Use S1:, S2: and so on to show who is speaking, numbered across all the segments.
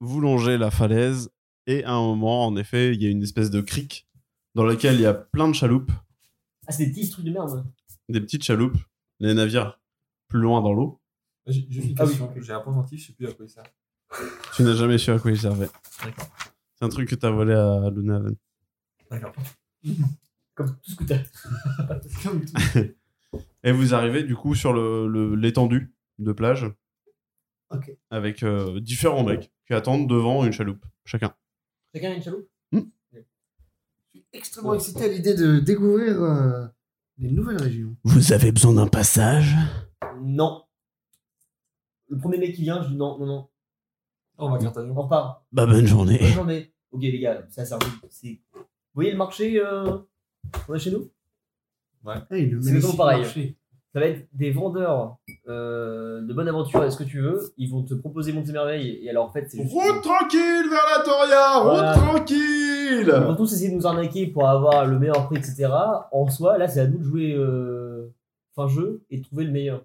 S1: vous longez la falaise et à un moment, en effet, il y a une espèce de crique dans laquelle il y a plein de chaloupes,
S2: Ah, c'est des petits trucs de merde.
S1: des petites chaloupes, les navires plus loin dans l'eau.
S3: J'ai juste une
S2: Ah oui.
S3: question. J'ai un point gentil, je sais plus à quoi il sert.
S1: Tu n'as jamais su à quoi ils servaient.
S3: D'accord.
S1: C'est un truc que t'as volé à Lunaven.
S3: D'accord.
S2: Comme tout ce que t'as. Comme tout.
S1: Et vous arrivez du coup sur le- le- l'étendue de plage
S2: Ok.
S1: avec euh, différents mecs qui attendent devant une chaloupe, chacun.
S2: Chacun a une chaloupe
S4: Je suis extrêmement excité à l'idée de découvrir euh, les nouvelles régions.
S1: Vous avez besoin d'un passage
S2: Non. Le premier mec qui vient, je dis non, non, non.
S3: Oh, On va garder
S2: On repart.
S1: Bah bonne journée.
S2: Bonne journée. Ok, les gars, ça sert. c'est- Vous voyez le marché euh, qu'on a chez nous
S4: Ah, il le
S2: C'est
S4: magnifique
S2: toujours pareil.
S4: marché.
S2: Ça va être des vendeurs euh, de bonne aventure, est-ce que tu veux Ils vont te proposer Montes et Merveilles. Et alors, en fait, c'est juste.
S1: Route tranquille vers la Toria Route
S2: Voilà. Ils vont
S1: tranquille
S2: tous essayer de nous arnaquer pour avoir le meilleur prix, etc. En soi, là, c'est à nous de jouer euh, fin jeu et de trouver le meilleur.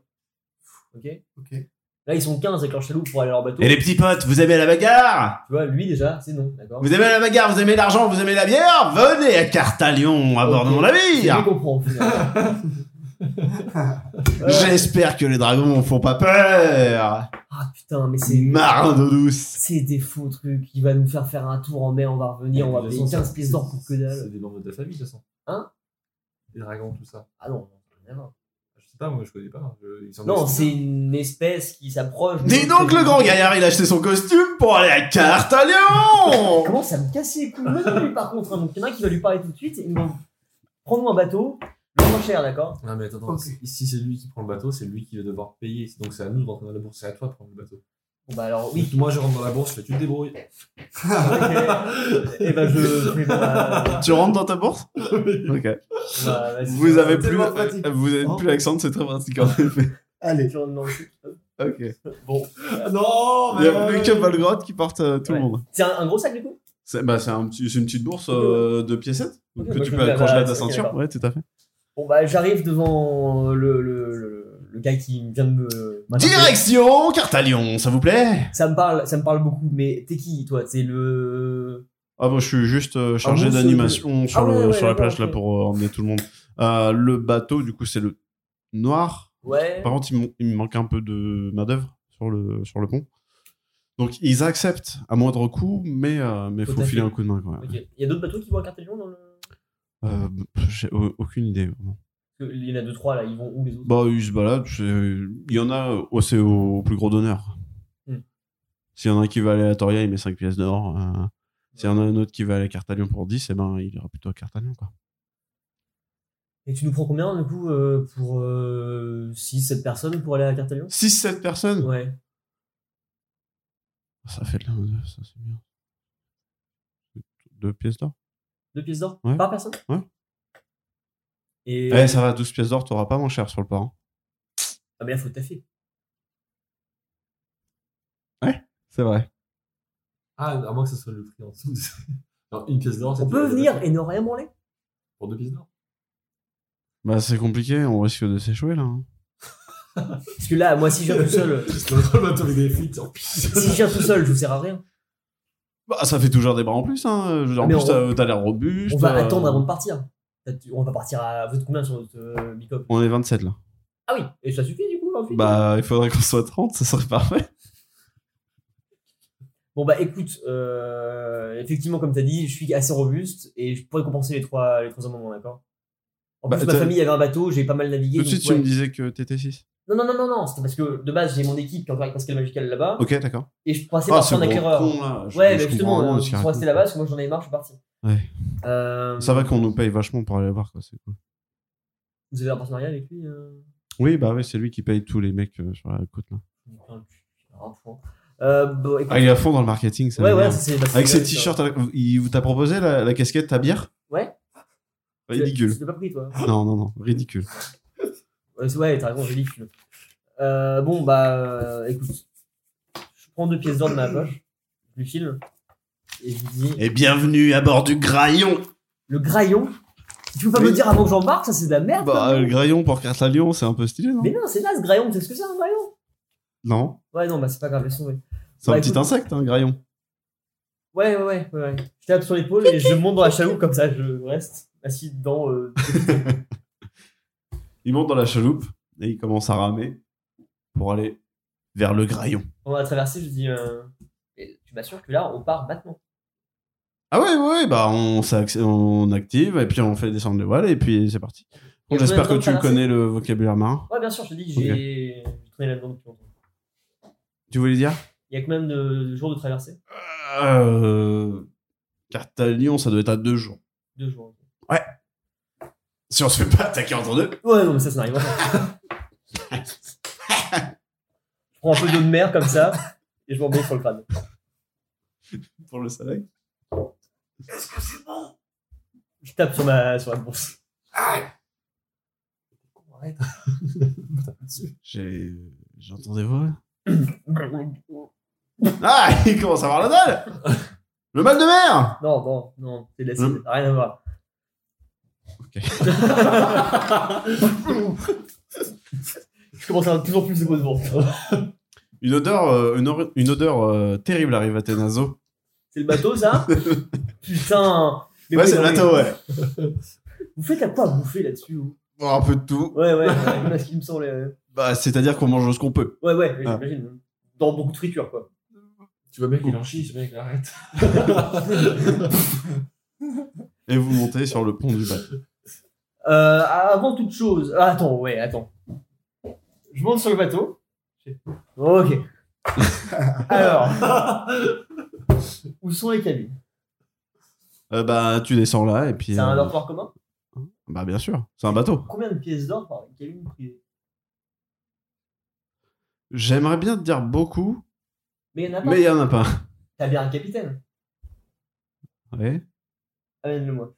S2: Ok
S4: Ok.
S2: Là, ils sont 15 avec leur chaloupe pour aller à leur bateau.
S1: Et les petits potes, vous aimez la bagarre
S2: Tu vois, lui déjà, c'est non, d'accord
S1: Vous aimez la bagarre, vous aimez l'argent, vous aimez la bière Venez à Cartalion à bord de
S2: Ok.
S1: mon
S2: C'est mieux
S1: navire
S2: qu'on prend, au final. Euh,
S4: Euh.
S1: J'espère que les dragons font pas peur
S2: Ah putain, mais c'est.
S1: Marin d'eau douce
S2: C'est des faux trucs. Il va nous faire faire un tour en mer, on va revenir, on va payer 15 pièces d'or pour que
S3: C'est
S2: dalle.
S3: des membres de ta famille, de toute façon.
S2: Hein
S3: Des dragons, tout ça.
S2: Ah non, rien à voir.
S3: Je sais pas, moi je connais pas. Je- ils sont
S2: non,
S3: des-
S2: c'est une espèce qui s'approche.
S1: Dis donc, le grand gaillard, il a acheté son costume pour aller à Cartalion
S2: Comment ça me casser les couilles Maintenant, lui, par contre, hein, donc il y en a un qui va lui parler tout de suite. Ils vont prendre un bateau, le moins cher, d'accord
S3: Non, mais attends, attends.
S4: Ok.
S3: si- si c'est lui qui prend le bateau, c'est lui qui va devoir payer. Donc c'est à nous de rentrer dans la bourse, c'est à toi de prendre le bateau.
S2: Bon bah alors, oui.
S3: Oui. Moi je rentre dans la bourse, je fais tu te débrouilles.
S2: Et bah je fais bah,
S1: Tu rentres dans ta bourse Ok.
S2: bah, vas-y.
S1: Vous avez
S4: C'est
S1: plus, euh,
S4: tellement pratique.
S1: vous avez
S4: Oh.
S1: plus l'accent, c'est très pratique en effet.
S4: Allez.
S2: Tu rentres dans le truc.
S1: Ok.
S2: Bon,
S4: Non,
S1: Il y a plus que Volgrot qui porte euh, tout le
S2: Ouais.
S1: monde.
S2: c'est un, un gros sac du coup
S1: C'est bah, c'est un petit- c'est une petite bourse euh, de piécettes
S2: Ok,
S1: que
S2: bah,
S1: tu
S2: je
S1: peux
S2: vais
S1: accrocher
S2: la-
S1: à ta
S2: ok,
S1: ceinture.
S2: d'accord.
S1: Ouais, tout à fait.
S2: Bon bah j'arrive devant le, le, le, le gars qui vient de me. m'attraper.
S1: Direction Cartalion, ça vous plaît
S2: Ça me parle, ça me parle beaucoup, mais t'es qui toi C'est le.
S1: Ah bon, je suis juste euh, chargé
S2: bon, c'est-
S1: d'animation sur,
S2: Ah
S1: le-
S2: ouais, ouais,
S1: sur la
S2: d'accord,
S1: plage là
S2: ok.
S1: pour euh, emmener tout le monde. Euh, le bateau, du coup, c'est le noir.
S2: Ouais.
S1: Par contre, il, mon- il me manque un peu de main d'œuvre sur le sur le pont. Donc ils acceptent à moindre coût, mais euh, mais
S2: Tout
S1: faut
S2: à
S1: filer
S2: fait.
S1: un coup de main quand même.
S2: Ok. Il y a d'autres bateaux qui vont à Cartagena dans le.
S1: Euh, J'ai au- aucune idée. vraiment.
S2: Il y en a deux trois là, ils vont où les autres
S1: Bah, ils se baladent. c'est- Il y en a, euh, c'est au plus gros donneur.
S2: Hmm.
S1: S'il y en a un qui va aller à Toria, il met 5 pièces d'or. euh, S'il y en a un autre qui va aller à Cartalion pour 10, eh ben, il ira plutôt à Cartalion. Quoi.
S2: Et tu nous prends combien du coup euh, pour euh, 6-7 personnes pour aller à Cartagena
S1: 6-7 personnes
S2: Ouais.
S1: Ça fait de la main d'œuvre, ça c'est bien. 2 pièces d'or
S2: Deux pièces d'or
S1: Ouais.
S2: par personne
S1: Ouais.
S2: Et.
S1: Eh, ça va, 12 pièces d'or, t'auras pas moins cher sur le port. hein.
S2: Ah mais là faut taffer.
S1: C'est vrai.
S3: Ah, à moins que ce soit le prix en dessous. non, une pièce d'or, c'est
S2: On
S3: tout.
S2: peut venir et ne rien branler
S3: Pour deux pièces d'or.
S1: Bah, c'est compliqué, on risque de s'échouer là. hein.
S2: Parce que là, moi si je viens tout seul,
S3: Parce que le bateau avec des flics, en
S2: si je viens tout seul, je vous sers à rien.
S1: Bah, ça fait toujours des bras en plus. Hein. Je veux dire, En
S2: Mais
S1: plus,
S2: on-
S1: t'as- t'as l'air robuste.
S2: On va
S1: euh,
S2: attendre avant de partir. T'as- tu- On va partir à. Vous êtes combien sur notre euh, Bicop
S1: On est 27 là.
S2: Ah oui, et ça suffit du coup 28
S1: Bah, il faudrait qu'on soit 30, ça serait parfait.
S2: Bon bah écoute, euh, effectivement comme t'as dit, je suis assez robuste et je pourrais compenser les trois les trois amendements, d'accord En
S1: Bah,
S2: plus ma
S1: t'as-
S2: famille avait un bateau, j'ai pas mal navigué.
S1: Tout de
S2: donc,
S1: suite,
S2: ouais.
S1: tu me disais que t'étais 6.
S2: Non non non non non, c'était parce que de base j'ai mon équipe qui est encore avec Pascal Magical là-bas
S1: Ok, d'accord. Ah,
S2: et je passais par un éclaireur.
S1: là. Je-
S2: Ouais,
S1: je
S2: mais justement,
S1: comprends vraiment ce
S2: euh, ils
S1: qu'il
S2: sont
S1: raconte.
S2: restés là-bas parce que moi j'en avais marre, je suis parti.
S1: Ouais.
S2: Euh,
S1: Ça va qu'on nous paye vachement pour aller le voir, quoi. C'est cool.
S2: Vous avez un partenariat avec lui euh
S1: Oui, bah oui, c'est lui qui paye tous les mecs euh, sur la côte là.
S2: Putain, putain, un point. Euh, bon, écoute-
S1: Ah, il est à fond dans le marketing, ça.
S2: ouais,
S1: me
S2: ouais,
S1: merde.
S2: ça, c'est. bah, c'est
S1: Avec ses
S2: bien, ça.
S1: t-shirts, à la- il vous t'a proposé la, la casquette, ta bière
S2: Ouais.
S1: Ridicule.
S2: Tu l'as pas pris, toi.
S1: Non, non, non, ridicule.
S2: Ouais, c'est- ouais, t'as raison, ridicule. Euh, bon, bah, euh, écoute. Je prends deux pièces d'or de ma poche, je lui file, et je lui dis
S1: Et bienvenue à bord du Graillon
S2: Le graillon Tu peux pas
S1: Oui.
S2: me dire avant que j'embarque, ça c'est de la merde
S1: Bah,
S2: quoi.
S1: le Graillon pour Cartalion, c'est un peu stylé, non
S2: Mais non, c'est là ce graillon, c'est ce que c'est un graillon
S1: Non
S2: Ouais, non, bah, c'est pas grave, laisse tomber.
S1: C'est un
S2: Bah,
S1: petit
S2: écoute-
S1: insecte, un Graillon.
S2: Ouais, ouais, ouais, ouais, ouais. Je tape sur l'épaule et je monte dans la chaloupe comme ça, je reste assis dedans. euh,
S1: Il monte dans la chaloupe et il commence à ramer pour aller vers le graillon.
S2: on a traversé, je dis, euh, Et tu m'assures que là, on part maintenant.
S1: Ah ouais, ouais, ouais, bah on, s'ac- on active et puis on fait descendre le voile et puis c'est parti. Bon,
S2: Et
S1: J'espère
S2: combien
S1: que
S2: de temps
S1: tu
S2: de traversée
S1: connais le vocabulaire marin.
S2: Ouais, bien sûr, je te dis, j'ai j'ai traîné là-dedans depuis longtemps.
S1: Tu voulais dire
S2: Il y a combien de, de jours de traversée
S1: euh, Cartalion, ça doit être à deux jours.
S2: Deux jours.
S1: Si on se fait pas attaquer entre deux.
S2: Ouais, non, mais ça, ça n'arrive pas. je prends un peu d'eau de mer comme ça et je m'embrouille sur le crâne.
S1: Pour le soleil.
S4: Est-ce que c'est bon
S2: Je tape sur, ma, sur la bourse.
S4: Arrête.
S1: J'ai. J'entends des voix. Ah Il commence à avoir le dalle Le mal de mer
S2: Non, non, non, c'est de l'acide,
S1: Hum.
S2: rien à voir.
S1: Ok.
S2: je commence à avoir de plus en plus de bonnes ventes.
S1: Une odeur, euh, une, or- une odeur euh, terrible arrive à tes naseaux.
S2: C'est le bateau, ça Putain Mais
S1: ouais,
S2: oui,
S1: c'est le
S2: non, mais
S1: bateau, ouais.
S2: Vous faites à quoi bouffer là-dessus vous
S1: Bon, un peu de tout.
S2: Ouais, ouais, ouais, ce qui me semble. euh,
S1: Bah, c'est-à-dire qu'on mange ce qu'on peut.
S2: Ouais, ouais,
S1: Ah.
S2: j'imagine. Dans beaucoup de friture, quoi.
S3: Tu vois bien qu'il en chie, ce mec, arrête.
S1: Et vous montez sur le pont du bateau.
S2: Euh, avant toute chose. ah, Attends, ouais, attends. Je monte sur le bateau. Ok. Alors. où sont les cabines
S1: Euh, bah, tu descends là et puis.
S2: C'est un
S1: euh,
S2: dortoir commun
S1: Bah, bien sûr, c'est un bateau.
S2: Combien de pièces d'or par une cabine privée
S1: J'aimerais bien te dire beaucoup,
S2: Mais il y en a pas.
S1: mais il y en a pas.
S2: T'as bien un capitaine.
S1: Ouais.
S2: Amène-le-moi.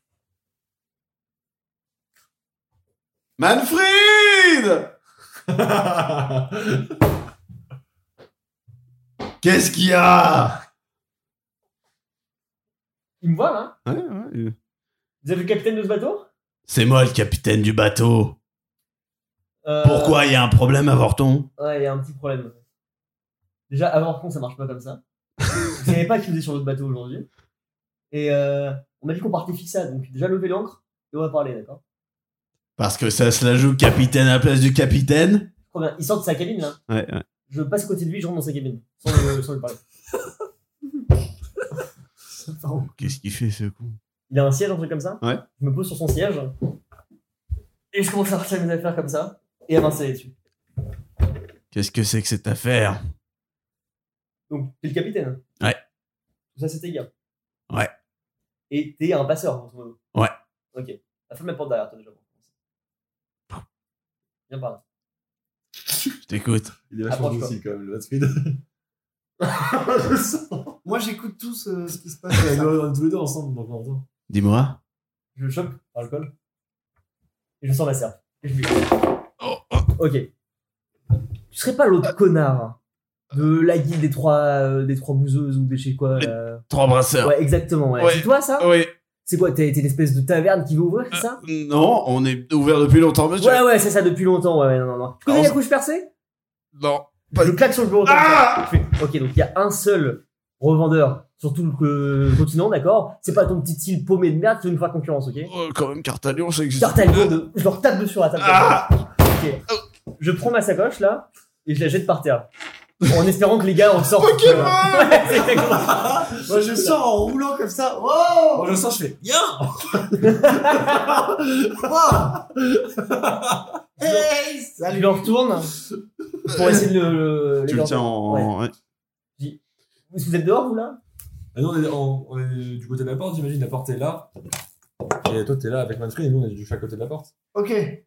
S1: Manfred Qu'est-ce qu'il y a
S2: Il me voit, là
S1: Ouais, ouais, euh,
S2: Vous êtes le capitaine de ce bateau
S1: C'est moi le capitaine du bateau.
S2: Euh,
S1: Pourquoi il y a un problème à Vorton
S2: Ouais, il y a un petit problème. Déjà, avant con, ça marche pas comme ça. Vous savez pas qui vous est sur votre bateau aujourd'hui. Et euh, on m'a dit qu'on partait fixa, donc déjà lever l'ancre et on va parler, d'accord
S1: Parce que ça se la joue capitaine à la place du capitaine
S2: Je crois bien. Il sort de sa cabine là.
S1: Ouais, ouais.
S2: Je passe côté de lui, je rentre dans sa cabine. Sans le, sans le parler.
S1: Qu'est-ce qu'il fait ce con
S2: Il a un siège, un truc comme ça.
S1: Ouais.
S2: Je me pose sur son siège. Et je commence à retirer mes affaires comme ça. Et à m'installer dessus.
S1: Qu'est-ce que c'est que cette affaire
S2: Donc, t'es le capitaine. hein.
S1: Ouais.
S2: Tout ça, c'était gars.
S1: Ouais.
S2: Et t'es un passeur, grosso modo.
S1: Ouais.
S2: Ok. La ferme la porte derrière toi, déjà. pour commencer. Viens par là.
S1: Je t'écoute.
S3: Il est vachement
S2: Approche-toi.
S3: docile, quand même, le Hatfield.
S4: Moi, j'écoute tout ce, ce qui se passe.
S3: Ouais, nous, on est tous les deux ensemble, donc on entend.
S1: Dis-moi.
S2: Je le chope par le col. Et je sors la serpe. Et je lui.
S1: Oh, oh.
S2: Ok. Tu serais pas l'autre connard de la guide des trois, euh, des trois bouseuses ou des je sais quoi.
S1: Les-
S2: euh,
S1: Trois brasseurs.
S2: Ouais, exactement. Ouais.
S1: Ouais. Oh. Euh,
S2: C'est toi ça
S1: Oui.
S2: C'est quoi T'es t'es l'espèce de taverne qui veut ouvrir, c'est ça
S1: Non, on est ouvert depuis longtemps, monsieur.
S2: Ouais, ouais, c'est ça depuis longtemps. Ouais, ouais, non, non, non. Tu connais
S1: Alors,
S2: la couche percée
S1: Non.
S2: Je claque sur le bureau. comme
S1: Ah
S2: ça. Je fais, ok, donc il y a un seul revendeur sur tout le euh, continent, d'accord C'est pas ton petit île paumé de merde, tu veux nous faire concurrence, ok
S1: Oh, quand même, Cartalion, c'est existe.
S2: Tartaglia de- je leur tape dessus sur la table.
S1: Ah
S4: Oh.
S2: Ok. Je prends ma sacoche là et je la jette par terre. En espérant que les gars en sortent.
S1: Pokémon
S2: Euh, ouais, c'est exactement.
S4: Moi, je sors en roulant comme ça. Oh Wow
S3: Moi, je sens, je fais.
S4: Wow Hey
S2: Je
S4: Salut
S2: leur retourne pour essayer de le. le-
S1: Tu
S2: les
S1: le tiens en. ouais.
S2: Est-ce que vous êtes dehors vous là
S3: Ah, nous, on est, on- on est du côté de la porte, j'imagine, la porte est là. Et toi, t'es là avec Manfred, et nous, on est du chaque côté de la porte.
S4: Ok. J'ai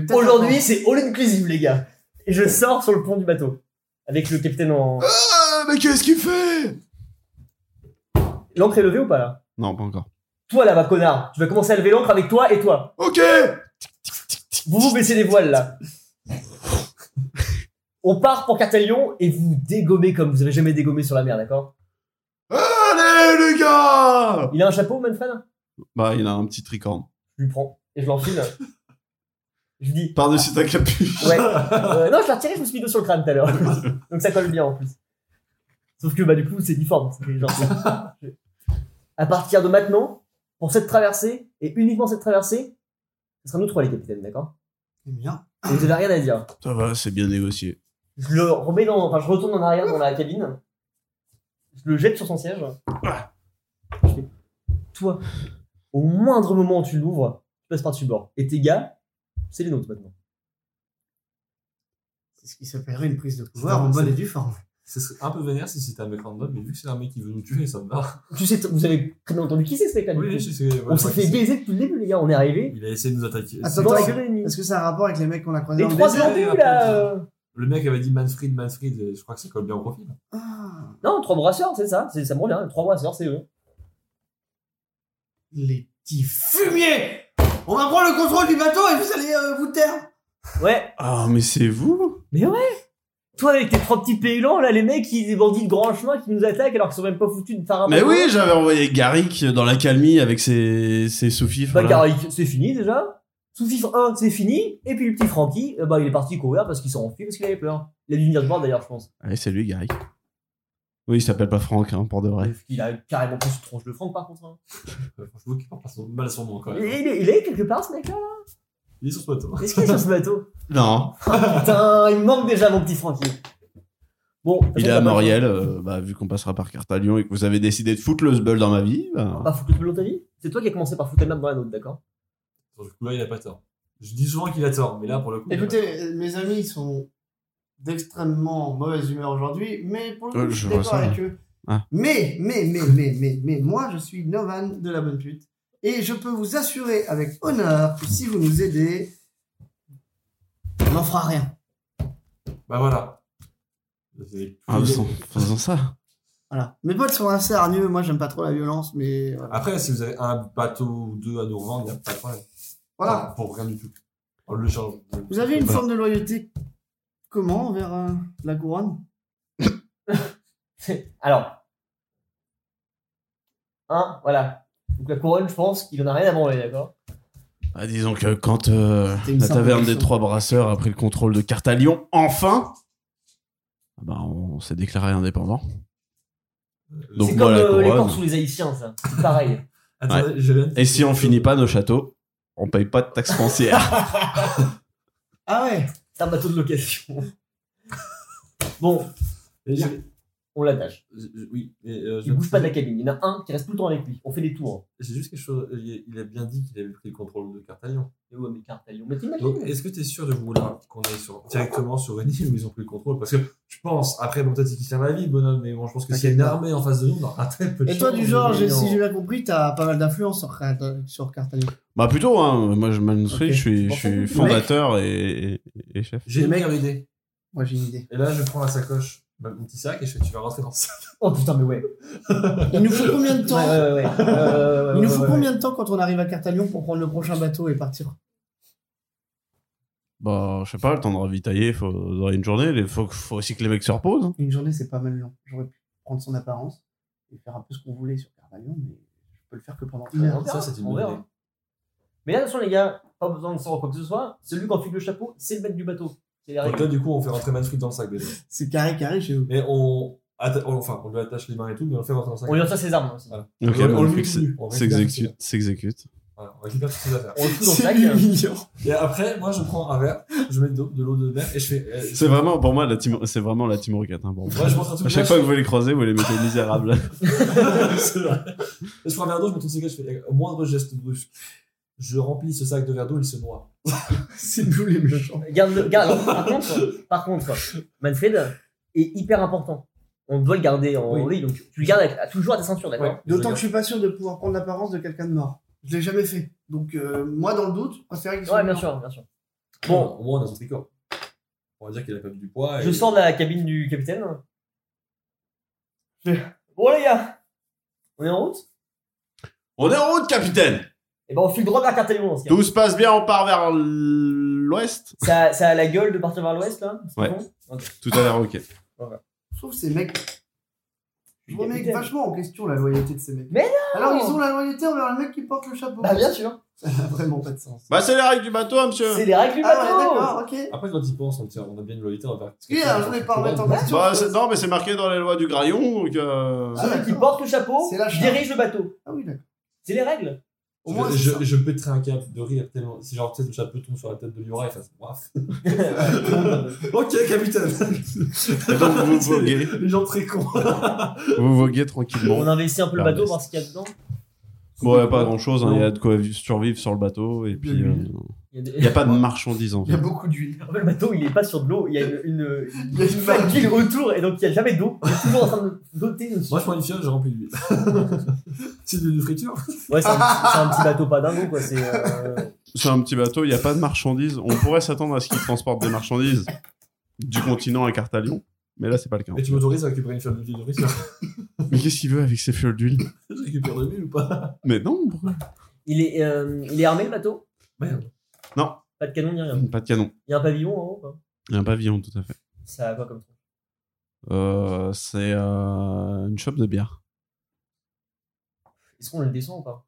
S4: peut-être
S2: Aujourd'hui c'est all inclusive les gars. Et je sors sur le pont du bateau avec le capitaine en.
S1: Ah, mais qu'est-ce qu'il fait
S2: L'encre est levée ou pas là
S1: Non, pas encore.
S2: Toi là-bas connard, tu vas commencer à lever l'encre avec toi et toi.
S1: Ok
S2: Vous vous baissez les voiles là. On part pour Cartalion et vous dégommez comme vous avez jamais dégommé sur la mer, d'accord
S1: Allez, les gars
S2: Il a un chapeau, Manfred
S1: Bah, il a un petit tricorne.
S2: Je lui prends et je l'enfile. Je lui dis.
S1: Par-dessus ta capuche.
S2: Ouais. Euh, non, je l'ai retiré, je me suis mis d'eau sur le crâne tout à l'heure. Donc ça colle bien en plus. Sauf que bah, du coup, c'est difforme. c'est que, genre, c'est- à partir de maintenant, pour cette traversée, et uniquement cette traversée, ce sera nous trois les capitaines, d'accord
S5: C'est bien.
S2: Et Vous avez rien à dire.
S1: Ça va, c'est bien négocié.
S2: Je le remets dans. Enfin, je retourne en arrière dans la cabine. Je le jette sur son siège. Je fais, Toi, au moindre moment où tu l'ouvres, tu passes par-dessus bord. Et tes gars, c'est les nôtres maintenant.
S5: C'est ce qui s'appellerait une prise de pouvoir
S3: C'est
S5: en
S3: un-
S5: bonne
S3: c'est-
S5: et due forme.
S3: Ce serait un peu vénère si c'était un mec random, mais vu que c'est un mec qui veut nous tuer, ça me va.
S2: Tu sais, vous avez très bien entendu qui c'est ce mec-là du
S3: Oui,
S2: coup
S3: je sais. ouais,
S2: On s'est
S3: ouais,
S2: fait Ah,
S3: c'est-
S2: baiser depuis le début, les gars. On est arrivés.
S3: Il a essayé de nous attaquer.
S5: Attends,
S3: C'est-
S2: Dans la
S5: attends,
S2: gueule de l'ennemi.
S5: Est-ce que ça a un rapport avec les mecs qu'on a croisés
S2: Les
S5: en
S2: trois
S5: désert
S2: blancs
S3: après,
S2: là. euh,
S3: Le mec avait dit Manfred, Manfred, et je crois que ça colle bien au profil.
S5: Ah,
S2: Non, trois brasseurs, c'est ça. c'est- Ça me revient. hein. Trois brasseurs, c'est eux.
S5: Les petits fumiers On va prendre le contrôle du bateau et vous allez euh, vous taire
S2: Ouais.
S1: Ah, mais c'est vous
S2: Mais ouais. Toi, avec tes trois petits paysans, là, les mecs, ils des bandits de grand chemin qui nous attaquent alors qu'ils sont même pas foutus de faire un
S1: Mais
S2: bateau.
S1: oui, j'avais envoyé Garrick dans la calmie avec ses, ses sous-fifres,
S2: Bah,
S1: là.
S2: Garrick, c'est fini déjà. Sous FIFA 1, c'est fini. Et puis le petit Francky, euh, bah, il est parti courir parce qu'il s'est enfui parce qu'il avait peur. Il a dû venir de bord d'ailleurs, je pense.
S1: Allez, salut Garrick. Oui, il s'appelle pas Franck, hein, pour de vrai.
S2: Il a carrément pris une tronche de Franck par contre. hein.
S3: Euh, Franchement, qui porte pas son- mal son nom quand
S2: Il,
S3: même.
S2: est, il est- il est quelque part ce mec là
S3: Il est sur ce bateau.
S2: Est-ce qu'il est sur ce bateau
S1: Non,
S2: Putain, il me manque déjà mon petit Francky. Bon,
S1: il est à Moriel. euh, bah, vu qu'on passera par Cartalion et que vous avez décidé de foutre le sbul dans ma vie, bah,
S2: Pas foutre le pelot ta vie C'est toi qui as commencé par foutre la map dans la nôtre, d'accord
S3: Du coup, là, il a pas tort. Je dis souvent qu'il a tort, mais là, pour le coup. il a pas
S5: Écoutez, euh, mes amis ils sont d'extrêmement mauvaise humeur aujourd'hui, mais pour le coup,
S1: Euh, je
S5: je suis
S1: vois
S5: d'accord
S1: ça.
S5: avec eux.
S1: Ah.
S5: Mais, mais, mais, mais, mais, mais, moi, je suis Novan de la bonne pute. Et je peux vous assurer avec honneur que si vous nous aidez, on n'en fera rien.
S3: tort. Bah voilà. C'est-
S1: ah, faisons, faisons ça.
S5: Voilà. Mes potes sont assez hargneux, moi j'aime pas trop la violence, mais voilà.
S3: Après, si vous avez un bateau ou deux à nous revendre, il n'y a pas de problème.
S5: Voilà.
S3: Enfin, Pour rien du tout. On le change.
S5: Vous avez une
S1: Bah.
S5: forme de loyauté comment envers euh, la couronne
S2: Alors. Hein, voilà. Donc la couronne, je pense qu'il en a rien à branler, d'accord
S1: Ah, disons que quand euh,
S5: C'était une
S1: la
S5: simple
S1: taverne des
S5: question.
S1: trois brasseurs a pris le contrôle de Cartalion, enfin, ah bah, on s'est déclaré indépendant. Donc
S2: C'est
S1: moi,
S2: comme
S1: la
S2: euh, les
S1: couronne.
S2: corps sous les Haïtiens, ça. C'est pareil.
S3: Attendez, je viens de-
S1: Et si on finit pas nos châteaux, on paye pas de taxes foncières.
S5: Ah ouais
S2: C'est un bateau de location. bon,
S3: Et je-
S2: on l'attache.
S3: je- Oui, mais, euh, je-
S2: Il bouge pas de la cabine. Il y en a un qui reste tout le temps avec lui. On fait des tours.
S3: J'ai juste quelque chose. Il il a bien dit qu'il avait pris le contrôle de Cartagena.
S2: Et ouais, mais Cartagena. Mais t'imagines
S3: Donc, est-ce que tu es sûr de vouloir qu'on aille sur, directement sur une île où ils ont pris le contrôle Parce que je pense, après, bon, peut-être qu'il tient la vie, bonhomme, mais bon, je pense que s'il y a une
S5: T'inquiète pas.
S3: armée en face de nous, on aura très peu de
S5: Et toi,
S3: chance
S5: du
S3: de
S5: genre,
S3: gagner
S5: j'ai- si
S3: en-
S5: j'ai bien compris, t'as pas mal d'influence sur, Cart- sur Cartagena.
S1: bah plutôt, hein, moi je m'annoncerai,
S5: Ok.
S1: je suis,
S2: Bon,
S1: je suis
S2: c'est
S1: fondateur et, et- et chef.
S3: J'ai
S5: Les
S3: une
S5: mecs-
S3: meilleure idée.
S5: Moi, j'ai une idée.
S3: Et là, je prends la sacoche, ma- mon petit sac, et je fais, tu vas rentrer dans ça.
S2: Oh putain, mais ouais.
S5: Il nous faut combien de
S2: Ouais, ouais,
S5: temps
S2: ouais. ouais. Euh,
S5: Il
S2: ouais,
S5: nous
S2: ouais,
S5: faut
S2: ouais.
S5: combien de temps quand on arrive à Cartagena pour prendre le prochain bateau et partir
S1: Bah, je sais pas, le temps de ravitailler, faut, dans une journée, il faut, faut aussi que les mecs se reposent. hein.
S5: Une journée, c'est pas mal long. J'aurais pu prendre son apparence et faire un peu ce qu'on voulait sur Cartagena, mais je peux le faire que pendant une heure.
S2: On verra,
S3: Ça, c'est une
S2: on
S3: bonne
S2: verra.
S3: idée.
S2: Mais là, attention, les gars, pas besoin de savoir quoi que ce soit. Celui qui enfile le chapeau, c'est le maître du bateau. C'est les
S3: Donc
S2: règles.
S3: là, du coup, on fait rentrer Manfred dans le sac déjà.
S5: C'est carré, carré chez vous.
S3: Mais on, atta- on- enfin, on lui attache les mains et tout, mais on le fait rentrer dans le sac.
S2: On lui lance ses armes aussi.
S3: Voilà.
S1: Ok,
S3: On- on
S1: bon,
S3: le
S1: donc,
S3: met
S1: c'est-
S3: tout nu. On récupère tout
S1: s'exécute, s'exécute.
S3: Voilà, on récupère toutes ses affaires.
S2: On le fout dans le sac.
S5: mignon.
S3: Et après, moi, je prends un verre, je mets de, de l'eau de mer et je fais. euh,
S1: C'est vraiment, pour moi, la Timo- c'est vraiment la Timorcate. Hein, pour moi.
S3: Moi, je rentre un truc.
S1: À chaque fois que vous les croisez, vous les mettez misérables.
S3: C'est vrai. Je prends un verre d'eau, je me tourne sur le sac, je fais euh, moindre geste brusque. Je remplis ce sac de verre d'eau, il se noie.
S5: C'est nous les méchants.
S2: Garde le, garde, alors, par contre, par contre, Manfred est hyper important. On doit le garder en
S3: Oui.
S2: oui, donc tu le gardes avec- toujours à ta ceinture, d'accord
S3: Ouais.
S5: D'autant que je suis pas sûr de pouvoir prendre l'apparence de quelqu'un de mort. Je l'ai jamais fait. Donc, euh, moi, dans le doute, je préférais qu'il
S2: Ouais,
S5: soit
S2: bien
S5: mort.
S2: sûr, bien sûr.
S3: Bon, au moins, on a son tricot. On va dire qu'il a perdu du poids. et-
S2: Je sors de la cabine du capitaine. Je- Bon les gars, on est en route
S1: On est en route, capitaine
S2: Et ben on file droit vers Cartagena. ce gars.
S1: Tout se passe bien, on part vers l'ouest
S2: Ça, ça a la gueule de partir vers l'ouest là c'est
S1: Ouais.
S2: bon Ok.
S1: Tout à l'heure, ok.
S5: Je trouve ces mecs
S2: Je suis
S5: Je remets
S2: capitaine.
S5: vachement en question la loyauté de ces mecs.
S2: Mais
S5: Alors ils ont la loyauté envers le mec qui porte le chapeau.
S2: Bah bien sûr.
S5: Ça n'a vraiment pas de sens.
S6: Bah, c'est la règle du bateau, hein,
S2: C'est
S6: monsieur.
S2: les règles du
S5: Ah ouais,
S2: bateau
S5: d'accord, ok.
S3: Après, quand ils pensent, on, tient- on a bien une loyauté envers.
S5: Oui, alors, je voulais pas remettre en question.
S6: Bah, c'est- non, mais c'est marqué dans les lois du Graillon. Donc, euh,
S5: Ah,
S2: Celui qui
S5: d'accord.
S2: porte le chapeau
S5: C'est la charte.
S2: dirige le bateau.
S5: Ah oui, d'accord.
S2: C'est les règles.
S5: Au moins,
S3: je,
S5: c'est ça.
S3: je, je pèterais un câble de rire tellement. Si genre, tu sais, le chapeau tombe sur la tête de Liora et ça se brasse. ok, capitaine
S6: et donc, vous voguez.
S3: Les gens très cons.
S6: Vous voguez tranquillement.
S2: On investit un peu le
S6: Ah,
S2: bateau,
S6: mais-
S2: voir ce qu'il y a dedans.
S6: Bon, il a pas grand chose, il
S3: Non.
S6: y a de quoi vi- survivre sur le bateau, et puis euh,
S5: De
S6: il
S5: l'huile.
S2: Il y a des-
S6: n'y a pas de marchandises en
S5: Il y a
S6: fait.
S5: beaucoup d'huile.
S2: En fait, le bateau, il est pas sur de l'eau, il y a une, une,
S5: Il y a une
S2: une
S5: vague.
S2: vague autour et donc il n'y a jamais d'eau. Il est toujours en train de flotter dessus.
S3: Moi, je prends une fiole, je remplis l'huile. c'est de l'huile friture
S2: Ouais, c'est un, petit- c'est un petit bateau pas dingo quoi. C'est euh,
S6: C'est un petit bateau, il n'y a pas de marchandises. On pourrait s'attendre à ce qu'il transporte des marchandises du continent à Cartalion, mais là c'est pas le cas.
S3: Et tu m'autorises à récupérer une fiole d'huile de friture
S6: Mais qu'est-ce qu'il veut avec ses fioles d'huile
S3: Je récupère de l'huile ou pas
S6: Mais non, pourquoi
S2: il, est, euh, il est armé le bateau
S3: Merde.
S2: Pas de canon ni rien.
S1: Mm.
S6: Pas de canon.
S2: Il y a un pavillon en haut. hein.
S6: Il y a un pavillon tout à fait.
S2: Ça a quoi comme truc
S6: Euh, c'est euh, une chope de bière.
S2: Est-ce qu'on le descend ou pas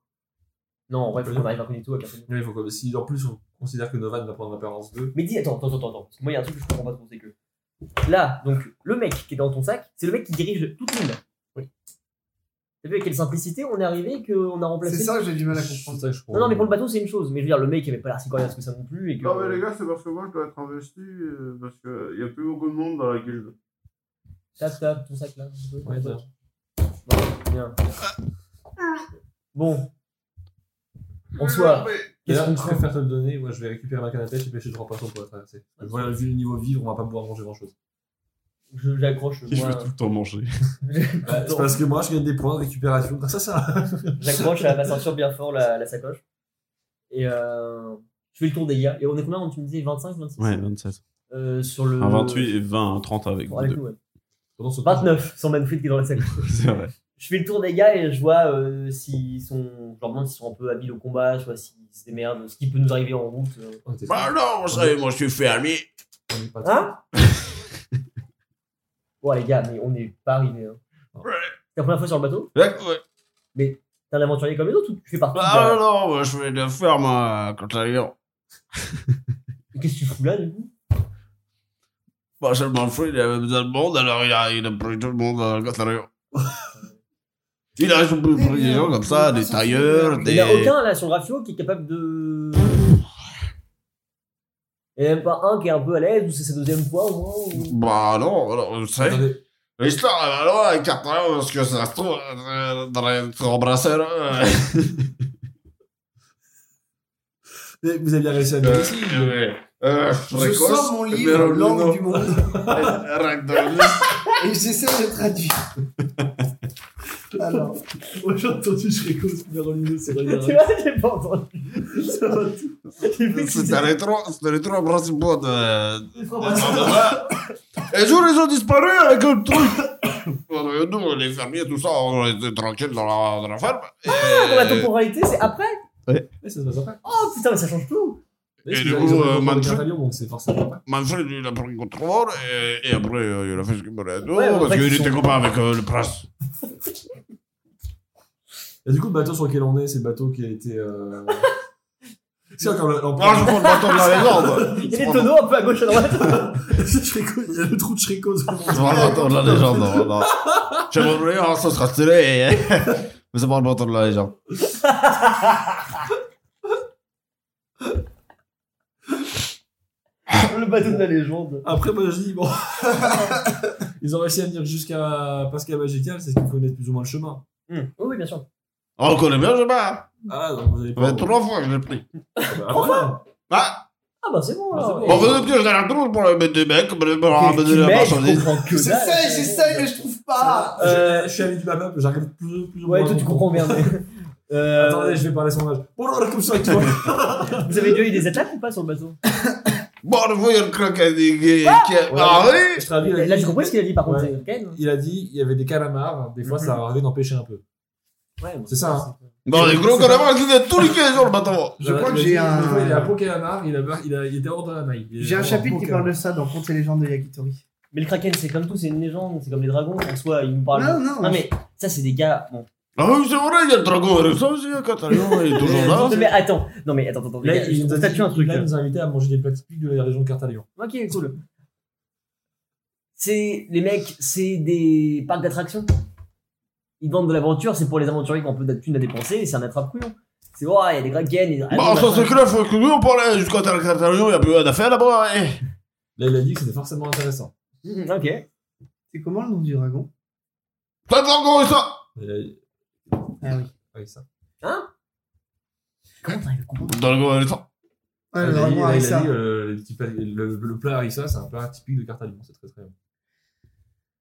S2: Non, en vrai, faut qu'on arrive incognito avec un pavillon.
S3: Ouais, il faut que- Si en plus, on considère que Novan va prendre l'apparence 2,
S2: Mais dis, attends, attends, attends, attends. Parce que moi, il y a un truc que je comprends pas trop, c'est que. Là, donc, le mec qui est dans ton sac, c'est le mec qui dirige toute l'île. Oui. T'as vu avec quelle simplicité on est arrivé et qu'on a remplacé.
S5: C'est ça que j'ai du mal à
S3: c'est
S5: comprendre.
S3: ça que je prends.
S2: Non, non, mais pour le bateau, c'est une chose. Mais je veux dire, le mec il avait pas l'air si coriace que ça non plus. Et que...
S1: Non, mais les gars, c'est parce que moi je dois être investi euh, parce qu'il n'y a plus beaucoup de monde dans la guilde.
S2: Tape, tape, ton sac là.
S3: Ouais, ça.
S2: Bon, bien. Bon. En soi, qu'est-ce
S3: D'ailleurs,
S2: qu'on
S3: je
S2: craint
S3: préfère te le donner. Moi, je vais récupérer ma canne à pêche et pêcher trois poissons pour la traversée. hein, Voilà, vu le niveau vivre, on va pas pouvoir manger grand chose.
S2: Je- J'accroche.
S6: Il veut
S2: moi,
S6: tout le temps manger.
S3: c'est parce que moi, je gagne des points de récupération grâce à ça.
S2: J'accroche à ma ceinture bien fort la, la sacoche. Et euh, je fais le tour des gars. Et on est combien Tu me disais 25, 26
S6: Ouais, 27.
S2: Euh, sur le.
S6: Un 28 et 20, un 30 avec
S2: Bon,
S6: vous
S2: avec
S6: deux.
S2: nous, ouais.
S3: Pendant ce temps,
S2: 29, sans Manfred qui est dans la salle.
S6: C'est vrai.
S2: je fais le tour des gars et je vois euh, s'ils sont. Je leur demande s'ils sont un peu habiles au combat, je vois s'ils se démerdent, ce qui peut nous arriver en route. euh.
S3: on était
S1: Bah non, vous savez, moi je suis fermier.
S3: on est pas-
S2: Hein Bon, les gars, mais on n'est pas arrivé. Hein.
S1: Ouais.
S2: C'est la première fois sur le bateau
S1: Ouais.
S2: T'es un aventurier comme les autres ou tu fais partie de
S1: Ah
S2: la-
S1: non, moi je fais de la ferme à Cartalion.
S2: Mais Qu'est-ce que tu fous là, du coup
S1: Bah, c'est Manfred, il avait besoin de monde, alors il a, il a pris tout le monde à Cartalion. il a pris
S5: Eh bien,
S1: pris des gens comme ça, des tailleurs,
S2: Il
S1: des.
S2: n'y a aucun là sur le rafio qui est capable de. Il n'y a même pas un qui est un peu à l'aise ou c'est sa deuxième fois au moins ou-
S1: Bah non, alors, vous savez.
S3: Attendez,
S1: L'histoire elle va loin avec Cartalion parce que ça se trouve euh, dans les sur brasseurs. euh,
S3: mais vous avez bien réussi à venir ici.
S1: euh, euh,
S5: Je
S1: précoce,
S5: sors mon livre,
S1: Merolino.
S5: Langue du monde,
S1: Eh, Ragdoll.
S5: et j'essaie de le traduire. Alors,
S3: Moi, j'ai entendu, je récolte Merolino, c'est
S2: Tu vois, j'ai pas entendu.
S3: Ça va tout.
S2: J'ai vu que
S1: C'était les trois, c'était les trois principaux de.
S2: c'était trop
S1: de-
S2: mal.
S1: de- Et jour, ils ont disparu avec un truc. Euh, Nous, les fermiers, tout ça, on était tranquilles dans la, dans la ferme. Et,
S2: Pour la temporalité, c'est après
S3: Ouais, ça se passe après.
S2: Oh putain, mais ça change tout
S3: Mais
S1: Et
S3: ils
S1: du
S3: ont- ils
S1: coup,
S3: ont
S1: euh,
S3: répondu
S1: Manfred-
S3: à Carvalho, donc c'est forcément après.
S1: Manfred, lui, il a pris contre mort. Et, et après, euh, il a fait ce qu'il voulait. à nous,
S2: Ouais, en
S1: parce
S2: fait,
S1: qu'il
S2: ils
S1: était
S2: sont-
S1: copain avec euh, le prince.
S3: Et du coup, le bateau sur lequel on est, c'est le bateau qui a été. euh, C'est encore
S1: Moi, je
S3: l'empereur.
S1: prends le bâton de la légende.
S2: Il y a des tonneaux un peu à gauche à droite.
S3: Shreko- Il y a le trou de Shreko sur
S1: Je prends le bâton de la légende. non, non. J'aimerais bien, hein, ça sera stylé. et- Mais c'est pas le bâton de la légende.
S2: Le bateau de la légende.
S3: Après, moi, je dis, bon. Ils ont réussi à venir jusqu'à Pascal Magical, c'est ce qu'il faut connaître plus ou moins le chemin.
S2: Hmm. Oui, oui, bien sûr.
S1: On Oh, le connaît bien, je sais pas.
S3: Ah, donc vous avez
S1: Ça fait
S3: pas.
S1: trois fois que je l'ai pris.
S3: Ah, bah, voilà.
S1: Ah!
S2: Ah bah c'est bon
S3: Bah,
S2: alors.
S3: c'est bon.
S1: On faisait plus de la trousse pour le mettre des mecs, pour le ramener de la marchandise.
S5: j'essaie, j'essaie, mais je trouve pas.
S3: Euh, je je suis ami du papa, j'arrive plus, plus ou moins.
S2: Ouais, toi tu comprends bien. mais- Euh,
S3: Attendez, je vais parler son âge. Bon, alors, comme ça, tu vois.
S2: Vous avez déjà eu des attaques ou pas sur le bateau
S1: Bon, le voyeur croque à des gays
S2: Ah
S1: qui a
S3: Ouais.
S7: Ah
S1: parlé.
S3: Je traduis, il a
S2: Là,
S3: dit-
S2: j'ai compris ce qu'il a dit par contre.
S3: Ouais.
S2: c'est Ken.
S3: Il a dit, il y avait des calamars, des fois
S2: Mhm.
S3: ça arrivait d'en pêcher un peu.
S2: Ouais, bon,
S3: C'est ça, hein.
S1: Bon, les gros calamars qui étaient tous les 15 jours le bateau.
S5: Je
S3: Euh,
S5: crois
S3: il
S5: que
S3: a
S5: j'ai
S3: dit-
S5: un-
S3: des fois, Il a un pot calamar, il, a- il, a- il était hors de la maille. Il est
S5: J'ai un
S3: hors-
S5: chapitre
S3: pot
S5: qui
S3: calamar.
S5: parle de ça dans Contes et légendes de Yakitori.
S2: Ah, Mais le Kraken, c'est comme tout, c'est une légende, c'est comme les dragons. En soi, ils nous parlent.
S5: Non, non,
S2: mais ça, c'est des gars. Bon,
S7: Ah oui, c'est vrai, il y a le dragon et ça aussi, hein, Catalan, il est toujours là.
S2: Non, mais attends, non mais attends, attends,
S3: Là,
S2: les gars, je
S3: il nous
S2: constate un truc.
S3: là,
S2: là.
S3: il nous a invités à manger des plats typiques de la région de Cartalion.
S2: Ok, cool. C'est les mecs, c'est des parcs d'attractions. Ils vendent de l'aventure, c'est pour les aventuriers qui ont peu de thunes à dépenser, et c'est un attrape-couillon. C'est ouais, il y a des Kraken, il y a des
S7: Bah, ça
S2: dragons,
S7: c'est
S2: machin.
S7: clair, faut que nous on parle hein, jusqu'à Catalan, il n'y a plus rien à faire là-bas. hein.
S3: Là, il a dit que c'était forcément intéressant.
S2: Mhm, Ok.
S4: C'est comment le nom du dragon
S7: Le dragon et ça
S3: Il a-
S4: Ah oui.
S3: Oui, ça.
S2: Comment t'arrives à comprendre
S7: Le dragon et ça.
S4: Ouais,
S3: il
S4: Ah, le
S3: a dit,
S4: dragon
S3: là, il a
S4: Arisa.
S3: dit, euh, les petits plats- le, le plat harissa, c'est un plat typique de Cartalion. C'est très très bon.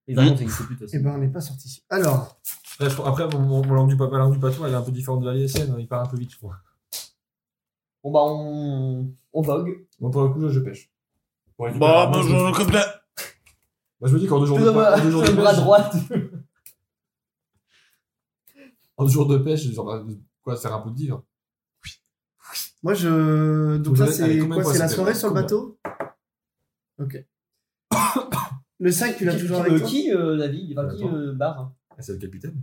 S2: Les dragons, ça existe plus de toute
S4: Eh
S2: façon.
S4: ben, on n'est pas sorti. Alors,
S3: Là, je crois- après, mon, mon, mon langue du papa, langue du patois, elle est un peu différente de la sienne. hein. Il part un peu vite, je crois.
S2: Bon bah on, on vogue.
S3: Bon, pour le coup, là, je pêche. Bon, et du coup,
S7: Bah,
S3: moi, je,
S7: bonjour le complet.
S3: moi, je me dis qu'en deux jours
S2: Je
S3: de,
S2: donne ma-
S3: en deux jours de
S2: le bras
S3: pêche,
S2: droit.
S3: en deux jours de pêche, genre, euh, quoi, faire un peu de vivre.
S4: moi je. Donc,
S3: Vous
S4: ça,
S3: avez-
S4: c'est
S3: avec combien
S4: quoi
S3: de
S4: C'est
S3: points
S4: la
S3: c'était
S4: soirée sur le
S3: Combien
S4: bateau Ok. le 5, tu l'as
S2: Qui-
S4: toujours
S2: qui-
S4: avec
S2: euh,
S4: toi
S2: Qui euh, navigue Enfin, qui
S3: Attends.
S2: euh, barre
S3: Ah, c'est le capitaine.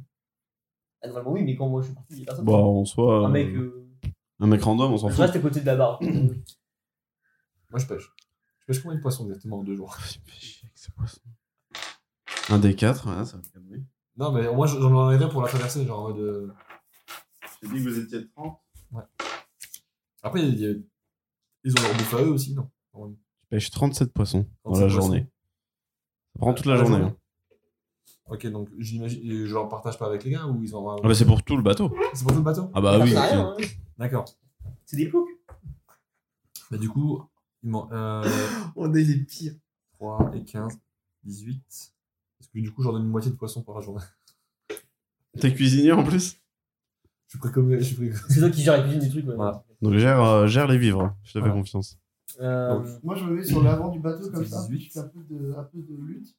S2: Ah, normalement oui, mais quand moi je suis parti, il y a personne.
S1: Bah, en soi,
S2: un mec,
S1: euh,
S2: euh,
S1: un mec random, on s'en
S2: je
S1: fout.
S2: reste à côté de la barre.
S3: Moi, je pêche. Je pêche combien de poissons exactement en deux jours
S1: Un des quatre, ouais, ça va calmer.
S3: Non, mais moi, j'en enlèverais pour la traversée, genre, en mode. euh,
S1: J'ai dit que vous étiez de 30.
S3: Après, il y a- ils ont leur bouffe à eux aussi, non
S1: Je pêche 37 poissons dans
S3: 37
S1: la
S3: poissons.
S1: journée. Ça prend toute la
S3: Ah,
S1: journée.
S3: journée.
S1: hein.
S3: Ok, donc j'imagine, et je leur partage pas avec les gars ou ils envoient.
S1: Ah, bah, c'est pour tout le bateau.
S3: C'est pour tout le bateau
S1: Ah, bah oui.
S2: C'est
S1: ok.
S2: rien, hein.
S3: D'accord.
S2: C'est des ploucs.
S3: Bah, du coup, il m'en. Euh,
S4: On est les pires.
S3: 3 et 15, 18. Parce que du coup, j'en donne une moitié de poisson par jour.
S1: T'es cuisinier en plus
S3: Je suis précommé. Je suis précommé.
S2: C'est toi qui gères la cuisine des trucs. ouais.
S3: Voilà.
S1: Donc, gère, euh, gère les vivres. Je te fais
S3: Voilà.
S1: confiance.
S2: Euh,
S3: Donc,
S4: Moi, je me mets sur l'avant du bateau comme ça.
S3: 18.
S4: C'est un peu de, un peu de lutte.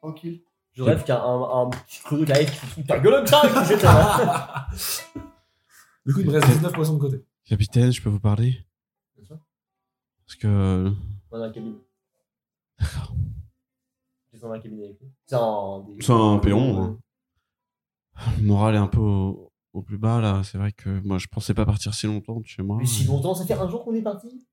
S4: Tranquille.
S2: Je rêve qu'un un, un petit creusot qui arrive, qui fout ta gueule, tiens, qui jette un-
S3: Du coup, il me reste 19 poissons de côté.
S1: Capitaine, je peux vous parler
S3: Bien sûr.
S1: Parce que. euh,
S2: Ouais, dans la cabine. J'ai dans la cabine avec lui. C'est un. des- Euh,
S1: C'est un péon. hein. Le moral est un peu au, au plus bas là. C'est vrai que moi, je pensais pas partir si longtemps de chez moi.
S2: Mais si longtemps, ça fait un jour qu'on est parti.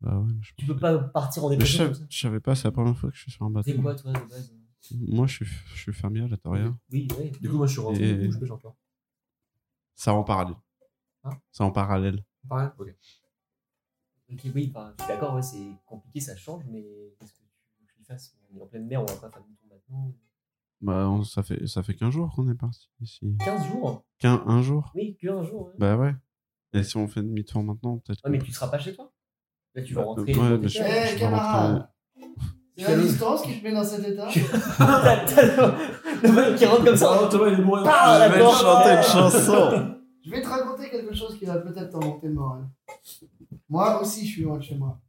S1: Bah ouais, mais je...
S2: Tu peux pas partir en
S1: mais je
S2: dépression.
S1: savais,
S2: comme ça.
S1: je savais pas, c'est la première fois que je suis sur un bateau.
S2: C'est quoi, toi, de base
S1: Moi, je suis, je suis fermier à la Toria.
S2: Oui, oui.
S3: Du coup, moi, je suis rentré.
S1: Et-
S3: Du coup, je pêche encore.
S1: Ça en parallèle.
S2: Ah.
S3: Hein
S1: ça en parallèle.
S3: Pareil Ok.
S2: Ok, oui, enfin, je suis d'accord, ouais, c'est compliqué, ça change, mais qu'est-ce que tu veux que je fasse On est en pleine mer, on va pas faire du tout maintenant.
S1: Bah, on- ça fait ça fait qu'un jour qu'on est parti ici.
S2: 15 jours
S1: Qu'un un jour.
S2: Oui, que un jour. ouais.
S1: Bah ouais. Et si on fait demi-tour maintenant, peut-être.
S2: Ouais, Ah, mais
S1: qu'on-
S2: tu seras pas chez toi. Là, tu vas
S1: Bah,
S2: rentrer.
S1: ouais,
S2: dans
S1: mais
S2: tes
S1: je-
S4: Eh,
S2: terres.
S1: je vais
S4: camarade C'est la
S2: Je-
S4: distance qui te met dans cet état
S2: T'as- t'as le le mec qui rentre comme ça.
S3: Thomas, il est mort.
S2: Ah,
S1: Je vais te
S2: d'accord.
S1: chanter une chanson.
S4: Je vais te raconter quelque chose qui va peut-être t'en monter le moral. Moi aussi, je suis loin de chez moi.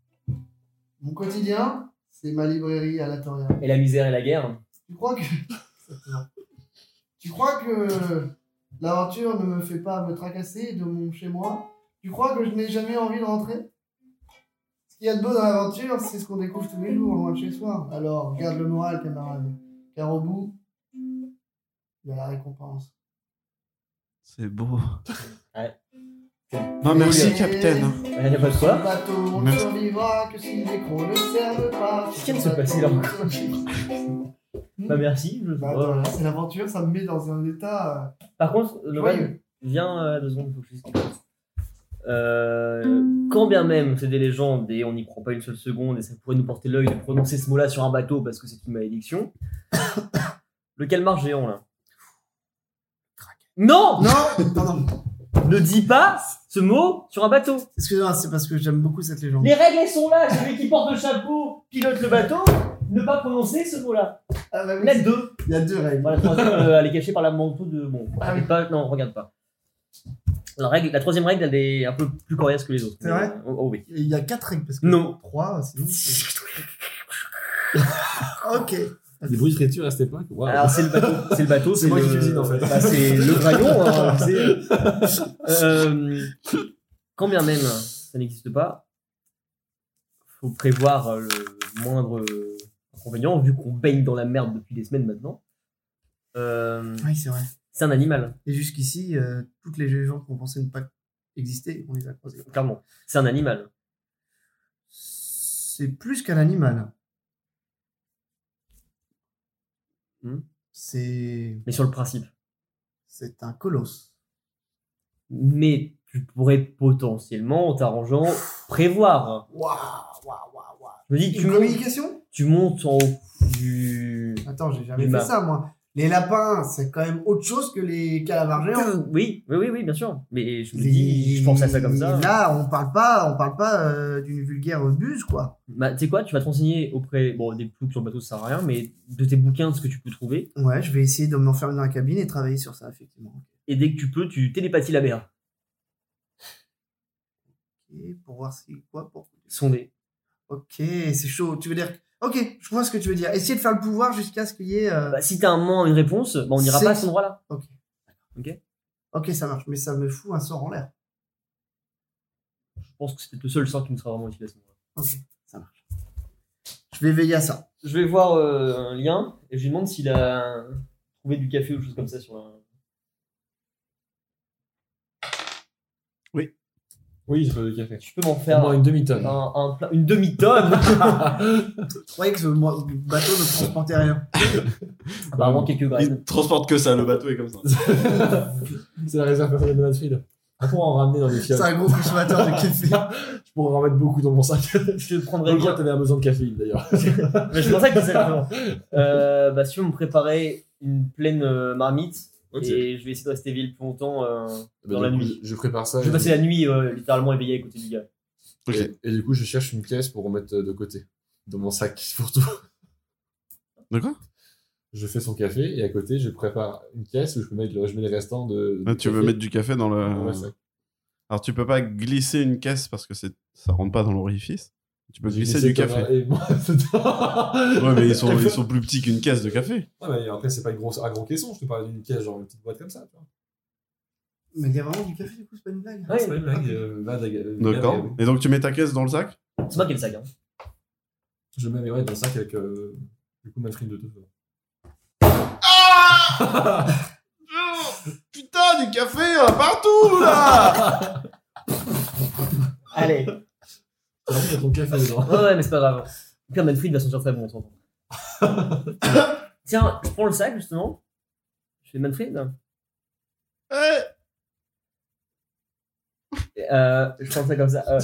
S4: Mon quotidien, c'est ma librairie à la Toria.
S2: Et la misère et la guerre.
S4: Tu crois que. Exactement. tu crois que l'aventure ne me fait pas me tracasser de mon chez moi Tu crois que je n'ai jamais envie de rentrer Ce qu'il y a de beau dans l'aventure, c'est ce qu'on découvre tous les jours loin de chez soi. Alors, garde le moral, camarade. Car au bout, il y a la récompense.
S1: C'est beau.
S2: Ouais.
S1: Non, merci,
S4: Et-
S1: Capitaine.
S2: Il n'y Ah, a pas de
S4: Sur le
S2: quoi.
S4: bateau, on ne
S1: Merci.
S4: survivra que si les crocs ne servent pas.
S2: Qu'est-ce qui vient de se passer là encore Bah merci. je-
S4: Bah,
S2: voilà.
S4: attends, c'est l'aventure, ça me met dans un état.
S2: Par contre,
S4: euh,
S2: Noël,
S4: joyeux.
S2: viens euh, deux secondes, faut que je dise quelque chose. Euh, quand bien même c'est des légendes et on n'y croit pas une seule seconde et ça pourrait nous porter l'œil de prononcer ce mot-là sur un bateau parce que c'est une malédiction. le calmar géant là. Non,
S4: Non, pardon.
S2: Ne dis pas ce mot sur un bateau.
S4: Excusez-moi, c'est parce que j'aime beaucoup cette légende.
S2: Les règles elles sont là. Celui qui porte le chapeau pilote le bateau. Ne pas prononcer ce mot-là.
S4: Ah, bah, oui,
S2: Mettre deux.
S4: il y a deux règles.
S2: Voilà, la troisième, euh, elle est cachée par la manteau de. Bon,
S4: Ah
S2: regarde pas, non, regarde pas. La, règle, la troisième règle, elle est un peu plus coriace que les autres.
S4: C'est
S2: Mais,
S4: vrai
S2: euh, Oh, oh oui.
S4: Il y a quatre règles parce que.
S2: Non.
S4: Trois, sinon. c'est- ok.
S3: Les bruits de friture à cette époque. Waouh.
S2: Alors, c'est le bateau. C'est le bateau.
S3: C'est moi
S2: le-
S3: qui cuisine, en fait.
S2: Bah, c'est le dragon. hein, c'est- Euh, quand bien même ça n'existe pas, faut prévoir euh, le moindre euh, inconvénient, vu qu'on baigne dans la merde depuis des semaines maintenant. Euh,
S4: Oui, c'est vrai.
S2: C'est un animal,
S5: Et jusqu'ici, euh, toutes les légendes qu'on pensait ne pas exister, on les a croisées.
S2: clairement. C'est un animal.
S5: C'est plus qu'un animal.
S2: Hmm.
S5: C'est
S2: Mais sur le principe.
S5: c'est un colosse.
S2: Mais tu pourrais potentiellement, en t'arrangeant, prévoir.
S5: Waouh, waouh, waouh, waouh.
S2: Je me dis, tu
S5: Une
S2: montes,
S5: communication
S2: tu montes en haut du.
S5: Attends, j'ai jamais
S2: Une
S5: fait
S2: main.
S5: Ah, ça, moi. Les lapins, c'est quand même autre chose que les calamars géants.
S2: Oui, oui, oui, oui, bien sûr. Mais je me
S5: Les-
S2: dis, je pense à ça comme ça.
S5: Là, on parle pas, on parle pas euh, d'une vulgaire buse, quoi.
S2: Bah, tu sais quoi, tu vas te renseigner auprès bon, des ploucs sur le bateau, ça sert à rien, mais de tes bouquins, de ce que tu peux trouver.
S5: Ouais, je vais essayer de m'enfermer dans la cabine et travailler sur ça, effectivement.
S2: Et dès que tu peux, tu télépathies la BA.
S5: Ok, pour voir si quoi, pour.
S2: Sonder.
S5: Ok, c'est chaud. Tu veux dire, ok, je vois ce que tu veux dire. Essayer de faire le pouvoir jusqu'à ce qu'il y ait. euh,
S2: Bah, si t'as un moment, une réponse, bah, on n'ira
S5: C'est-
S2: pas à cet endroit-là.
S5: Ok, ça marche, mais ça me fout un sort en l'air.
S2: Je pense que c'est peut-être le seul sort qui nous sera vraiment utile à ce moment-là.
S5: Je vais veiller à ça.
S2: Je vais voir euh, un lien et je lui demande s'il a trouvé du café ou des choses comme ça sur la.
S3: Oui, ça peut de café.
S2: Tu peux m'en
S3: Au
S2: faire
S3: moins une demi-tonne.
S2: un- un pla- une demi-tonne
S5: Je croyais que ce mo- bateau ne transportait rien.
S2: Apparemment quelques graines.
S1: Il transporte que ça, le bateau est comme ça.
S3: C'est la réserve personnelle de Manfred. On pourra en ramener dans des
S5: C'est
S3: fioles.
S5: un gros consommateur de café.
S3: Je pourrais en mettre beaucoup dans mon sac.
S2: Je le prendrai
S3: Je crois
S2: bien.
S3: que t'avais un besoin de caféine d'ailleurs.
S2: Mais c'est pour ça que c'est vraiment. Euh, bah, si tu veux me préparer une pleine euh, marmite
S3: Ok.
S2: et je vais essayer de rester éveillé le plus longtemps. euh, Dans
S3: Bah,
S2: la
S3: du coup,
S2: nuit.
S3: Je prépare ça.
S2: Je vais
S3: et-
S2: passer la nuit euh, littéralement éveillé à côté du gars.
S1: Ok.
S3: et, et du coup, je cherche une caisse pour remettre euh, de côté. Dans mon sac, surtout.
S1: De quoi
S3: Je fais son café et à côté, je prépare une caisse où je, peux mettre le- je mets les restants de.
S1: Là, Ah, Tu veux mettre du café dans
S3: dans
S1: le.
S3: mon sac.
S1: Alors, tu peux pas glisser une caisse parce que c'est ça rentre pas dans l'orifice. Tu peux
S3: J'ai
S1: glisser
S3: glissé
S1: du
S3: ton-
S1: café.
S3: et moi, dedans.
S1: Ouais, mais ils sont, ils sont plus petits qu'une caisse de café.
S3: Ouais, mais après, c'est pas une grosse, un gros caisson. Je te parlais d'une caisse, genre une petite boîte comme ça. tu vois.
S5: Mais il y a vraiment du café, du coup, c'est pas une blague.
S2: Ouais.
S3: C'est pas une blague. euh, là, la- euh,
S1: D'accord.
S3: merde, euh,
S1: Et donc, tu mets ta caisse dans le sac
S2: C'est moi qui ai le sac. Hein.
S3: Je mets mes ouais, dans le sac avec euh, du coup Manfred de tout.
S1: Putain, du café hein, partout là
S2: Allez.
S3: T'as vraiment ton café dedans.
S2: Ouais, ouais, mais c'est pas grave. En tout cas, Manfred va sentir très bon, on s'entend. Tiens, je prends le sac justement. Je fais Manfred. Euh, je prends ça comme ça. Euh,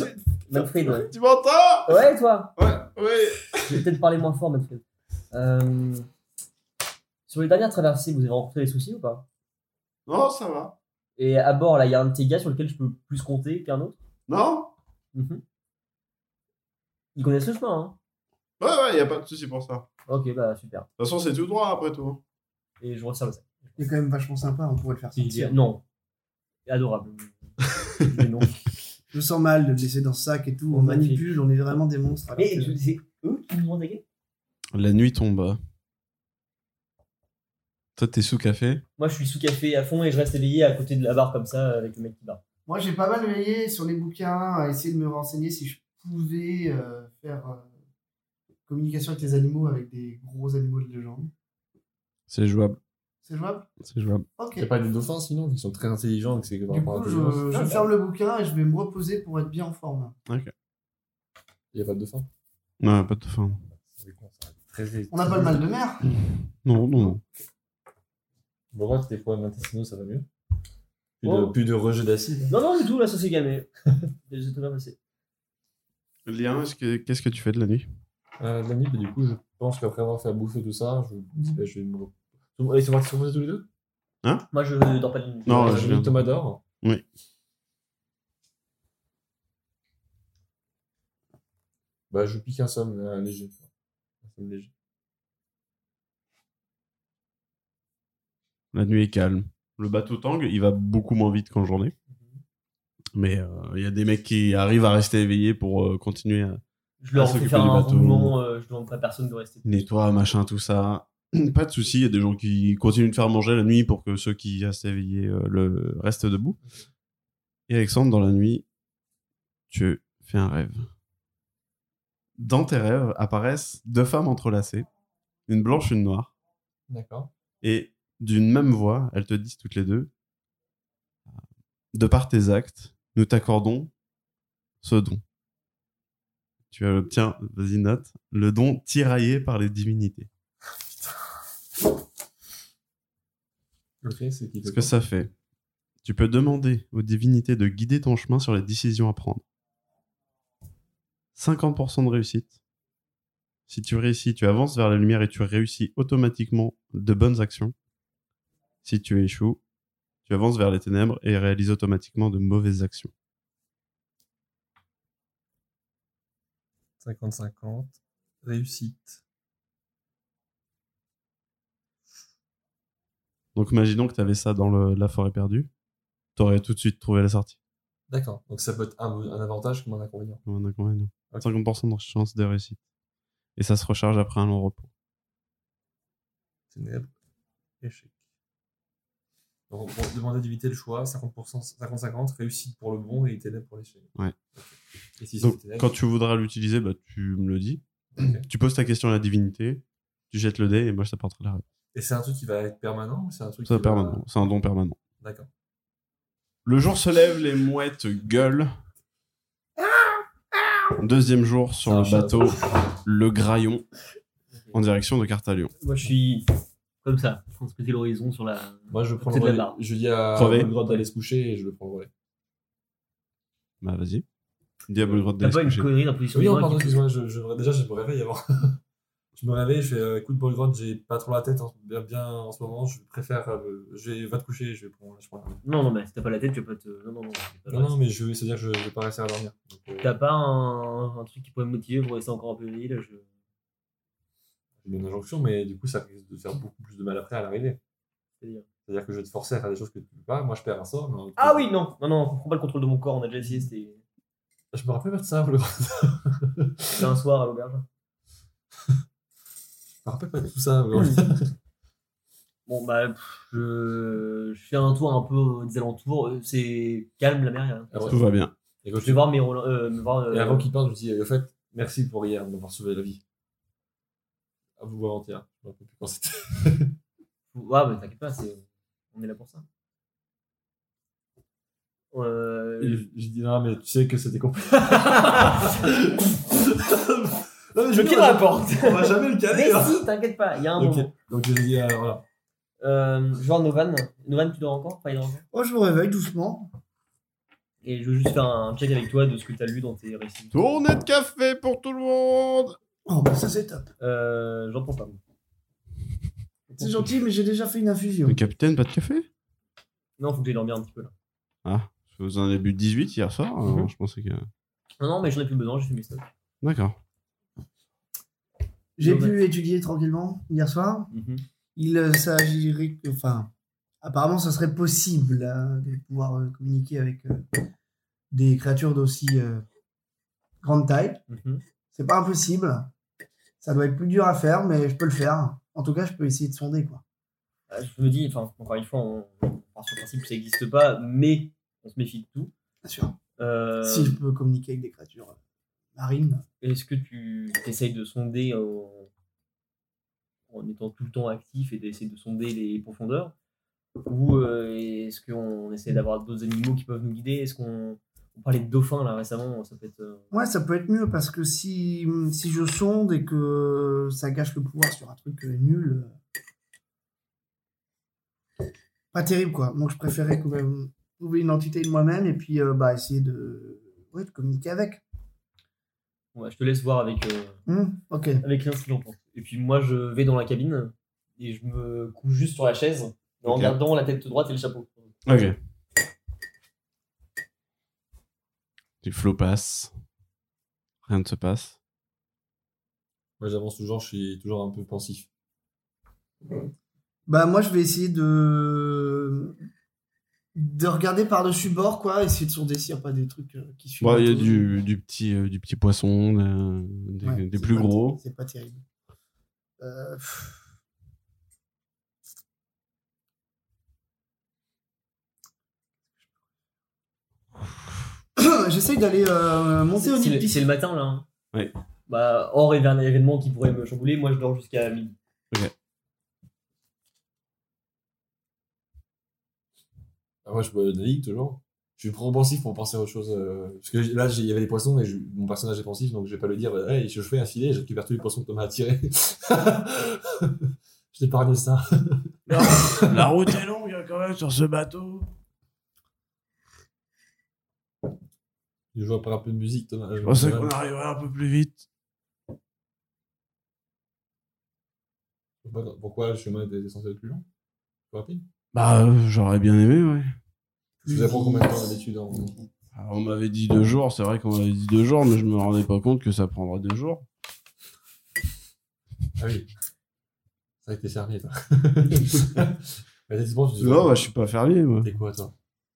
S2: Manfred. ouais.
S1: Tu m'entends
S2: Ouais, toi
S1: Ouais, ouais.
S2: Je vais peut-être parler moins fort, Manfred. Euh, sur les dernières traversées, vous avez rencontré des soucis ou pas
S1: Non, ça va.
S2: Et à bord, là, il y a un de tes gars sur lequel je peux plus compter qu'un autre.
S1: Non
S2: Mhm. Ils connaissent le chemin, hein
S1: Ouais, ouais, y a pas de souci pour ça.
S2: Ok, bah super.
S1: De toute façon, c'est tout droit après tout.
S2: Et je resserre le sac.
S5: C'est quand même vachement sympa, on pourrait le faire sortir.
S2: Non. Adorable. Mais non.
S5: Je me sens mal de le laisser dans ce sac et tout. On
S2: On en
S5: manipule, on est vraiment des monstres. euh, alors
S2: Oh, Mais
S5: que-
S2: je- c'est eux qui nous ont attaqué
S1: La nuit tomba. Toi, t'es sous café
S2: Moi, je suis sous café à fond et je reste éveillé à côté de la barre comme ça avec le mec qui bat.
S4: Moi, j'ai pas mal veillé sur les bouquins, à essayer de me renseigner si je pouvais euh, faire euh, communication avec les animaux, avec des gros animaux de légende.
S1: C'est jouable.
S4: C'est jouable
S1: C'est jouable.
S4: Ok.
S3: Y'a pas des dauphins sinon, qui sont très intelligents et que c'est que par
S4: Du
S3: rapport à
S4: coup,
S3: l'intelligence.
S4: je, je
S2: Ah, bah.
S4: ferme le bouquin et je vais me reposer pour être bien en forme.
S3: Y'a pas de dauphins.
S1: Non, pas de fin.
S3: C'est con, ça. Très
S4: On n'a pas le mal de mer
S1: Non, non, non.
S3: Bon, bref, tes problèmes intestinaux, ça va mieux. Plus,
S2: Oh.
S3: de, plus de rejet d'acide.
S2: Non, non, du tout, là, ça s'est calmé. J'ai très bien passé.
S1: Lien, est-ce que- qu'est-ce que tu fais de la nuit
S3: Euh, la nuit, bah, du coup, je pense qu'après avoir fait à bouffer tout ça, je, bah, je vais me. Ils sont partis se reposer tous les deux
S2: Moi, je dors pas de nuit.
S1: Non,
S3: Euh,
S1: je
S3: j'ai
S1: viens.
S3: mis Thomas dort.
S1: Oui.
S3: Bah, je pique un somme, un léger. tu vois. Un somme léger.
S1: La nuit est calme. Le bateau tangue, il va beaucoup moins vite qu'en journée. Mais euh, il y a des mecs qui arrivent à rester éveillés pour euh, continuer à
S2: Je leur
S1: Ah,
S2: fais
S1: s'occuper
S2: faire
S1: du
S2: un
S1: bateau.
S2: roulement, euh, je demande à personne de rester.
S1: nettoyer, machin, tout ça. Pas de souci, il y a des gens qui continuent de faire manger la nuit pour que ceux qui restent éveillés euh, le restent debout. Et Alexandre, dans la nuit, tu fais un rêve. Dans tes rêves apparaissent deux femmes entrelacées, une blanche, une noire.
S3: D'accord.
S1: Et d'une même voix, elles te disent toutes les deux, euh, de par tes actes, nous t'accordons ce don. Tu obtiens, vas-y note, le don tiraillé par les divinités.
S3: Ok, c'est qui
S1: Ce que ça fait, tu peux demander aux divinités de guider ton chemin sur les décisions à prendre. 50% de réussite. Si tu réussis, tu avances vers la lumière et tu réussis automatiquement de bonnes actions. Si tu échoues, tu avances vers les ténèbres et réalises automatiquement de mauvaises actions.
S3: 50-50. Réussite.
S1: Donc imaginons que tu avais ça dans le- la forêt perdue. Tu aurais tout de suite trouvé la sortie.
S3: D'accord. Donc ça peut être un, un avantage comme un inconvénient.
S1: comme un inconvénient.
S3: Ok.
S1: 50% de chance de réussite. Et ça se recharge après un long repos.
S3: Ténèbres. Échec. Donc on demande d'éviter le choix. 50%, 50-50. Réussite pour le bon et ténèbres pour l'échec.
S1: Ouais.
S3: Ok. Et si c'est
S1: Donc
S3: ténèbres,
S1: quand tu voudras l'utiliser, bah, tu me le dis.
S3: Ok.
S1: Tu poses ta question à la divinité, tu jettes le dé et moi je t'apporterai la réponse.
S3: Et c'est un truc qui va être permanent ou c'est un truc
S1: C'est
S3: qui va-
S1: permanent, c'est un don permanent.
S3: D'accord.
S1: Le jour se lève, les mouettes gueulent. Deuxième jour sur
S3: Ah,
S1: le
S3: chat.
S1: bateau, le graillon, en direction de Cartalion.
S2: Moi, je suis comme ça, en train de se péter l'horizon sur la.
S3: Moi je prends
S2: C'est de
S3: le
S2: la
S3: relais.
S2: barre.
S3: Je dis à
S1: Crevé.
S3: Golgrod d'aller se coucher et je le prends le relais.
S1: Bah vas-y. Diable grotte de
S2: T'as
S1: la
S2: pas une
S1: coucher.
S2: connerie d'imposition
S3: Oui,
S2: de
S3: non,
S2: main
S3: pardon,
S2: qui-
S3: excuse-moi, je, je- déjà je me réveille avant. je me réveille, je fais euh, écoute, Bolgrand, j'ai pas trop la tête en- bien, bien en ce moment, je préfère. euh, je vais, va te coucher, je vais prendre. Je prends la-
S2: Non, non, mais si t'as pas la tête, tu vas pas te. Non, non, non. c'est pas
S3: non,
S2: vrai.
S3: non, mais je, c'est-à-dire que je, je vais pas rester à dormir. Donc, euh,
S2: T'as pas un, un truc qui pourrait me motiver pour rester encore un peu éveillé là je...
S3: j'ai bien une injonction, mais du coup, ça risque de faire beaucoup plus de mal après à l'arrivée.
S2: C'est-à-dire
S3: C'est-à-dire que je vais te forcer à faire des choses que tu peux pas. Moi, je perds un sort. mais-
S2: Ah oui, non, non, non, on prend pas le contrôle de mon corps, on a déjà essayé, c'était
S3: Je me rappelle pas de ça, Bolgrand. je
S2: c'était un soir à l'auberge.
S3: me rappelle pas de tout ça, Bolgrand.
S2: Bon, bah, pff, je... je fais un tour un peu des alentours, euh, c'est calme la mer, y a rien.
S3: Ah ouais.
S1: Tout va bien.
S3: Et
S2: Je vais voir mes Roland- euh, me voir. euh,
S3: Et avant qu'il parte, je me dis, euh, au fait, merci pour hier de m'avoir sauvé la vie. À vous avant-hier. Je me rappelle plus quand c'était.
S2: Ouais, mais t'inquiète pas, c'est... on est là pour ça. Euh...
S3: Et je, je dis, non, mais tu sais que c'était compliqué. non, mais
S2: Je
S3: dis,
S2: quitte
S3: on va-
S2: la porte.
S3: On va jamais le
S2: Mais
S3: caler. hein.
S2: si, t'inquiète pas, il y a un
S3: Ok.
S2: moment.
S3: Donc, je dis, euh, voilà.
S2: Euh, je vais voir Novan. Novan, tu dors encore Enfin, il dort encore
S5: Oh, je me réveille doucement.
S2: Et je veux juste faire un check avec toi de ce que t'as lu dans tes récits.
S1: Tournée de café pour tout le monde
S5: Oh, bah ça c'est top.
S2: Euh, j'en prends pas.
S5: C'est gentil, mais j'ai déjà fait une infusion.
S2: Mmh.
S1: Le capitaine, pas de café
S2: Non, faut que j'aille dormir un petit peu là.
S1: Ah, je faisais un début de 18 hier soir, euh,
S2: Mhm.
S1: je pensais que...
S2: Non, non, mais j'en ai plus besoin, j'ai fait mes stocks.
S1: D'accord.
S5: J'ai
S2: Non,
S5: pu étudier tranquillement hier soir.
S2: Mhm.
S5: Il euh, s'agirait, enfin, apparemment, ça serait possible hein, de pouvoir euh, communiquer avec euh, des créatures d'aussi euh, grande taille.
S2: Mhm.
S5: C'est pas impossible. Ça doit être plus dur à faire, mais je peux le faire. En tout cas, je peux essayer de sonder quoi.
S2: Euh, Je me dis, enfin, encore une fois, on, on part sur le principe que ça n'existe pas, mais on se méfie de tout.
S5: Bien sûr.
S2: Euh,
S5: Si je peux communiquer avec des créatures euh, marines.
S2: Est-ce que tu essayes de sonder en, en étant tout le temps actif et d'essayer de sonder les profondeurs Ou euh, est-ce qu'on essaie d'avoir d'autres animaux qui peuvent nous guider Est-ce qu'on on parlait de dauphins là récemment Ça peut être. euh,
S5: Ouais, ça peut être mieux parce que si, si je sonde et que ça gâche le pouvoir sur un truc euh, nul, euh, pas terrible quoi. Donc je préférais quand même trouver une entité de moi-même et puis euh, bah, essayer de, ouais, de communiquer avec.
S2: ouais, bah, je te laisse voir avec. euh,
S5: Hum, ok.
S2: avec l'un ce qu'il en pense. Et puis moi, je vais dans la cabine et je me couche juste sur la chaise en
S1: Ok.
S2: gardant la tête droite et le chapeau.
S1: Ok. Les flots passent. Rien ne se passe.
S3: Moi, j'avance toujours, je suis toujours un peu pensif.
S5: Bah moi je vais essayer de de regarder par-dessus bord quoi, essayer de sonder s'il n'y a pas des trucs euh, qui suivent.
S1: Bon, Bah, il y a
S5: autour.
S1: du, du petit, euh, du petit poisson, euh, des,
S5: Ouais,
S1: des
S5: c'est
S1: plus
S5: pas-
S1: gros.
S5: C'est pas terrible. Euh, pff. J'essaye d'aller euh, monter au
S2: C'est
S5: nid de
S2: le, c'est
S5: piscine.
S2: le matin là. hein.
S1: Ouais.
S2: Bah, hors évén- événement qui pourrait me chambouler, moi je dors jusqu'à midi.
S3: Ah, moi, je bois de la ligue, toujours. Je suis trop pensif pour penser à autre chose. euh, parce que là, j'ai- il y avait des poissons et je- mon personnage est pensif, donc je vais pas le dire. euh, Hey, je fais un filet et je récupère tous les poissons que Thomas a tirés. je t'épargne ça.
S7: La route est longue hein, quand même sur ce bateau.
S3: Je joue après un peu de musique, Thomas.
S7: Je pensais qu'on arriverait un peu plus vite.
S3: Je sais pas Pourquoi le chemin était censé être plus long Plus rapide
S1: Bah, euh, j'aurais bien aimé, ouais.
S3: Je vous apprends combien de temps d'habitude en...
S1: Alors, on m'avait dit deux jours, c'est vrai qu'on m'avait dit deux jours, mais je me rendais pas compte que ça prendrait deux jours.
S3: Ah oui. Ça a été servi, toi. Mais t'es bon, tu dis-
S1: Non, bah, je suis pas fermier, moi.
S3: T'es quoi, toi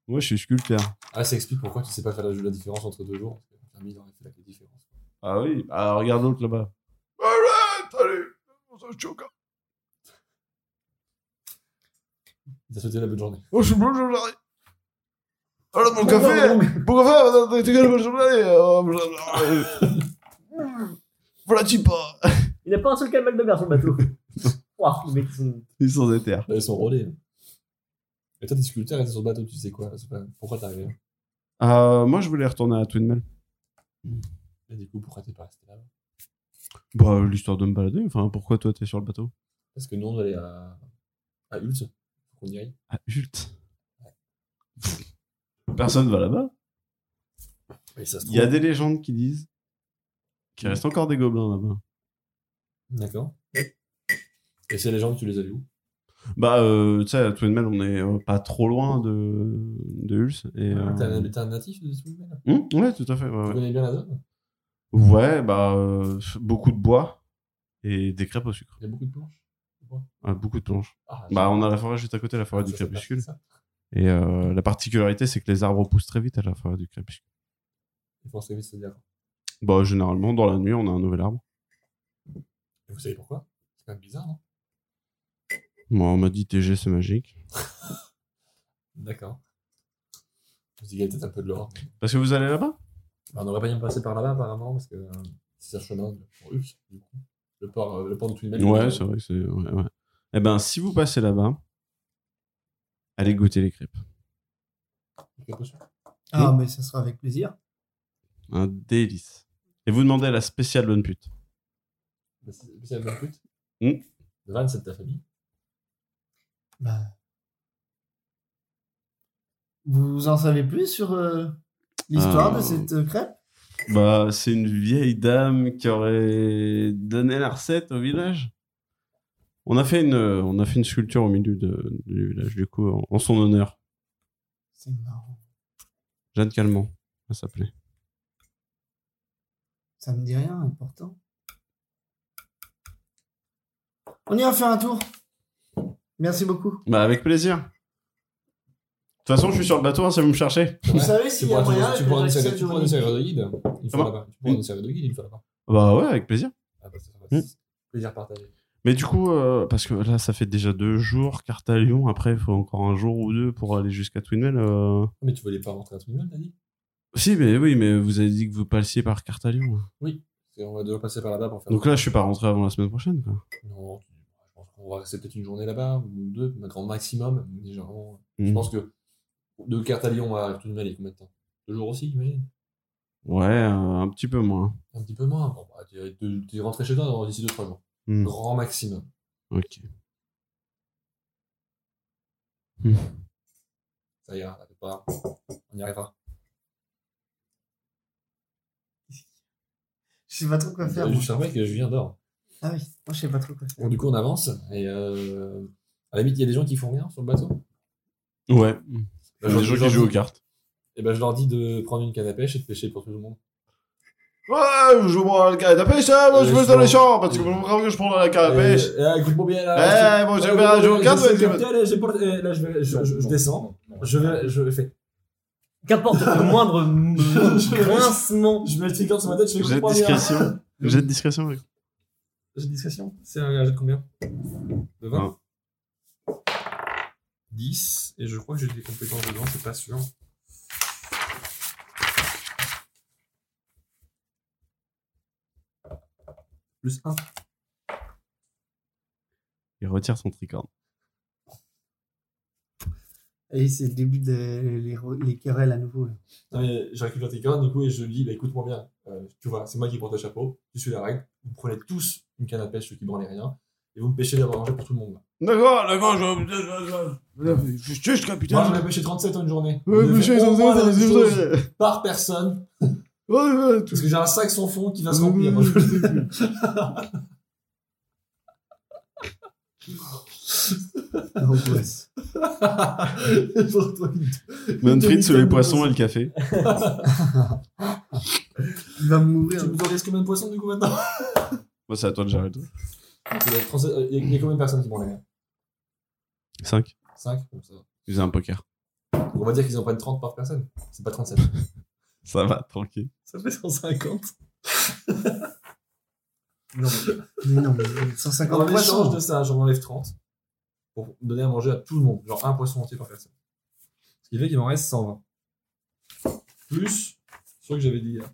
S1: Moi, je suis sculpteur.
S3: Ah, ça explique pourquoi tu sais pas faire la, la différence entre deux jours. Parce que le permis, il aurait fait la différence.
S1: Ah oui Ah, regarde l'autre là-bas.
S7: Salut, on se choque.
S3: Il t'a souhaité la bonne journée.
S7: Oh, je suis bon, je l'arrive. Alors,
S1: Ah
S7: mon café, mon café, t'es quelle bonne journée euh, blablabla. Voilà, hein. tu pas.
S2: Il n'a pas un seul calmal de mer sur le bateau. Waouh, mais son-
S1: Ils sont des terres.
S3: Là, ils sont rodés. hein. Et toi, t'es sculpteur et t'es sur le bateau, tu sais quoi c'est pas... Pourquoi t'es arrivé là
S1: Euh, moi, je voulais retourner à Twinmel.
S3: Et du coup, pourquoi t'es pas resté là
S1: Bah, euh, l'histoire de me balader. Enfin, pourquoi toi, t'es sur le bateau
S3: Parce que nous, on allait à. à Hulse. Faut qu'on y aille.
S1: Ah, Hult. Personne va là-bas.
S3: Et ça se
S1: Il y a des légendes qui disent qu'il reste encore des gobelins là-bas.
S3: D'accord. Et ces légendes, tu les as vues où
S1: Bah, euh, tu sais, à Twinmel, on est euh, pas trop loin de, de Hult. Et,
S3: Ah, T'es
S1: euh,
S3: un, t'es un natif de ce là
S1: hmm, ouais, tout à fait. ouais, ouais.
S3: Tu connais bien la zone
S1: Ouais, bah, euh, beaucoup de bois et des crêpes au sucre.
S3: Il y a beaucoup de planches
S1: Ah, beaucoup de planches.
S3: Ah,
S1: Bah, on a la forêt juste à côté, la forêt
S3: ça,
S1: du
S3: ça fait
S1: crépuscule.
S3: partie de ça.
S1: Et euh, la particularité, c'est que les arbres poussent très vite à la forêt du crépuscule.
S3: Vous pensez vite se dire.
S1: Bah, généralement, dans la nuit, on a un nouvel arbre.
S3: Et vous savez pourquoi C'est quand même bizarre, non
S1: Moi, on m'a dit TG, c'est magique.
S3: D'accord. Je me dis qu'il y a peut-être un peu de l'or.
S1: Parce que vous allez là-bas
S3: Bah, on aurait pas bien passé par là-bas, apparemment, parce que euh, c'est un chemin pour Hulse, du coup. Le port, euh, le port de Twinbell.
S1: Ouais, c'est vrai que c'est. Ouais, ouais. Eh ben, si vous passez là-bas, allez goûter les crêpes.
S5: Ah, mais ça sera avec plaisir.
S1: Un délice. Et vous demandez à la spéciale bonne pute.
S3: Bah, C'est la bonne pute.
S1: Hmm.
S3: Van, c'est de ta famille.
S5: Bah. Vous en savez plus sur euh, l'histoire
S1: Euh,
S5: de cette euh, crêpe
S1: Bah, c'est une vieille dame qui aurait donné la recette au village. On a fait une, euh, on a fait une sculpture au milieu de, du village, du coup, en, en son honneur.
S5: C'est marrant.
S1: Jeanne Calment, elle s'appelait.
S5: Ça me dit rien, et pourtant. On ira faire un tour. Merci beaucoup.
S1: Bah, avec plaisir. De toute façon, je suis sur le bateau, hein, si vous me cherchez.
S3: Ouais.
S5: Vous savez
S3: Tu
S5: s'il y a
S3: pourras
S5: moyen
S3: tu pourras nous servir
S5: j'accepte
S3: tu pourras
S5: de-
S3: nous servir de guide une fois
S1: Comment
S3: là-bas. Tu pourras nous servir de guide une fois là-bas.
S1: Bah ouais, avec plaisir.
S3: Ah, bah, ça va.
S1: Hmm.
S3: Plaisir partagé.
S1: Mais du coup, euh, parce que là, ça fait déjà deux jours, carte à Lyon. Après, il faut encore un jour ou deux pour aller jusqu'à Twinmel. euh.
S3: Mais tu voulais pas rentrer à Twinbell, t'as dit
S1: Si, mais oui, mais vous avez dit que vous passiez par carte à Lyon.
S3: C'est- On va devoir passer par là-bas pour faire.
S1: Donc là, je suis pas rentré avant la semaine prochaine. Quoi.
S3: Non, je pense qu'on va rester peut-être une journée là-bas, ou deux, mais grand maximum. Mais genre, Je
S1: Mm.
S3: pense que de Cartalion à Tunel, il y a combien de temps Deux jours aussi, j'imagine.
S1: Ouais, euh, un petit peu moins.
S3: Un petit peu moins. Bon, bah, t'es- t'es- T'es rentré chez toi dans- d'ici deux, trois jours.
S1: Hmm,
S3: Grand maximum.
S1: Ok.
S3: Ça ira, t'as pas. On y arrivera.
S5: Je sais pas trop quoi faire.
S3: Je
S5: moi.
S3: suis certain que je viens d'or.
S5: Ah oui, moi je sais pas trop quoi faire.
S3: euh, Bon, du coup, on avance. Et euh, à la limite, il y a des gens qui font rien sur le bateau.
S1: Ouais. Il y a des gens qui jouent aux cartes.
S3: Et ben, je leur dis de prendre une canne à pêche et de pêcher pour tout le monde.
S7: Ouais, je bois la canne à pêche, hein, moi je
S3: Euh,
S7: vais
S3: je
S7: dans
S3: vois.
S7: les champs, parce que vous comprenez que je prends la canne
S3: Euh,
S7: à pêche.
S3: euh, écoute-moi bien là.
S7: Eh, moi
S3: Ouais,
S7: j'aime bien
S3: ouais,
S7: jouer aux
S3: ouais,
S7: cartes,
S3: je sais
S7: mais tu
S3: capter, allez, j'ai porté- eh, Là, je, vais- je- je- je descends. Je, vais, je fais.
S2: Qu'importe le moindre m- grincement.
S3: Je mets le tricot sur ma tête, je fais
S1: J'ai de
S3: écoute-moi bien.
S1: discrétion. J'ai de discrétion. ouais.
S3: J'ai de discrétion C'est un jet de combien De 20 10, et je crois que j'ai des compétences dedans, c'est pas sûr. Plus 1.
S1: Il retire son tricorne.
S5: Et c'est le début des les, re- les querelles à nouveau. là.
S3: Non, mais je récupère tes cordes, du coup, et je dis, bah, écoute-moi bien. Euh, tu vois, c'est moi qui porte le chapeau, je suis la règle. Vous prenez tous une canne à pêche, ceux qui branlent rien, et vous me pêchez d'avoir mangé pour tout le monde.
S7: D'accord, d'accord, je. putain, je- je- Je je- je- je-
S3: Moi,
S1: Bah,
S7: capitaine.
S3: j'en ai pêché 37 en une journée.
S1: Ouais,
S3: Vous
S1: mais
S3: devez
S1: je-
S3: au moins la même chose
S1: Ouais,
S3: par personne,
S1: ouais, tout-
S3: parce que j'ai un sac sans fond qui va se
S1: Ouais,
S3: remplir.
S1: ouais, ouais.
S5: L'angoisse.
S3: Je retrouve une-
S1: Manfred, c'est les poissons et le café.
S5: Il va mourir.
S3: Tu me donnes combien de poissons, du coup, maintenant
S1: Moi, Bah, c'est à toi de gérer tout.
S3: Il y a 37 euh, il y a- il y a combien de personnes qui branlent rien
S1: 5.
S3: 5 Bon, ça va.
S1: Ils faisaient un poker.
S3: Donc, On va dire qu'ils en prennent 30 par personne. C'est pas 37.
S1: Ça va, tranquille.
S3: Ça fait 150.
S5: Non, mais non, mais 150
S3: En échange
S5: poissons.
S3: de ça, j'en enlève 30 pour donner à manger à tout le monde. Genre un poisson entier par personne. Ce qui fait qu'il m'en reste 120. Plus ceux que j'avais dit hier.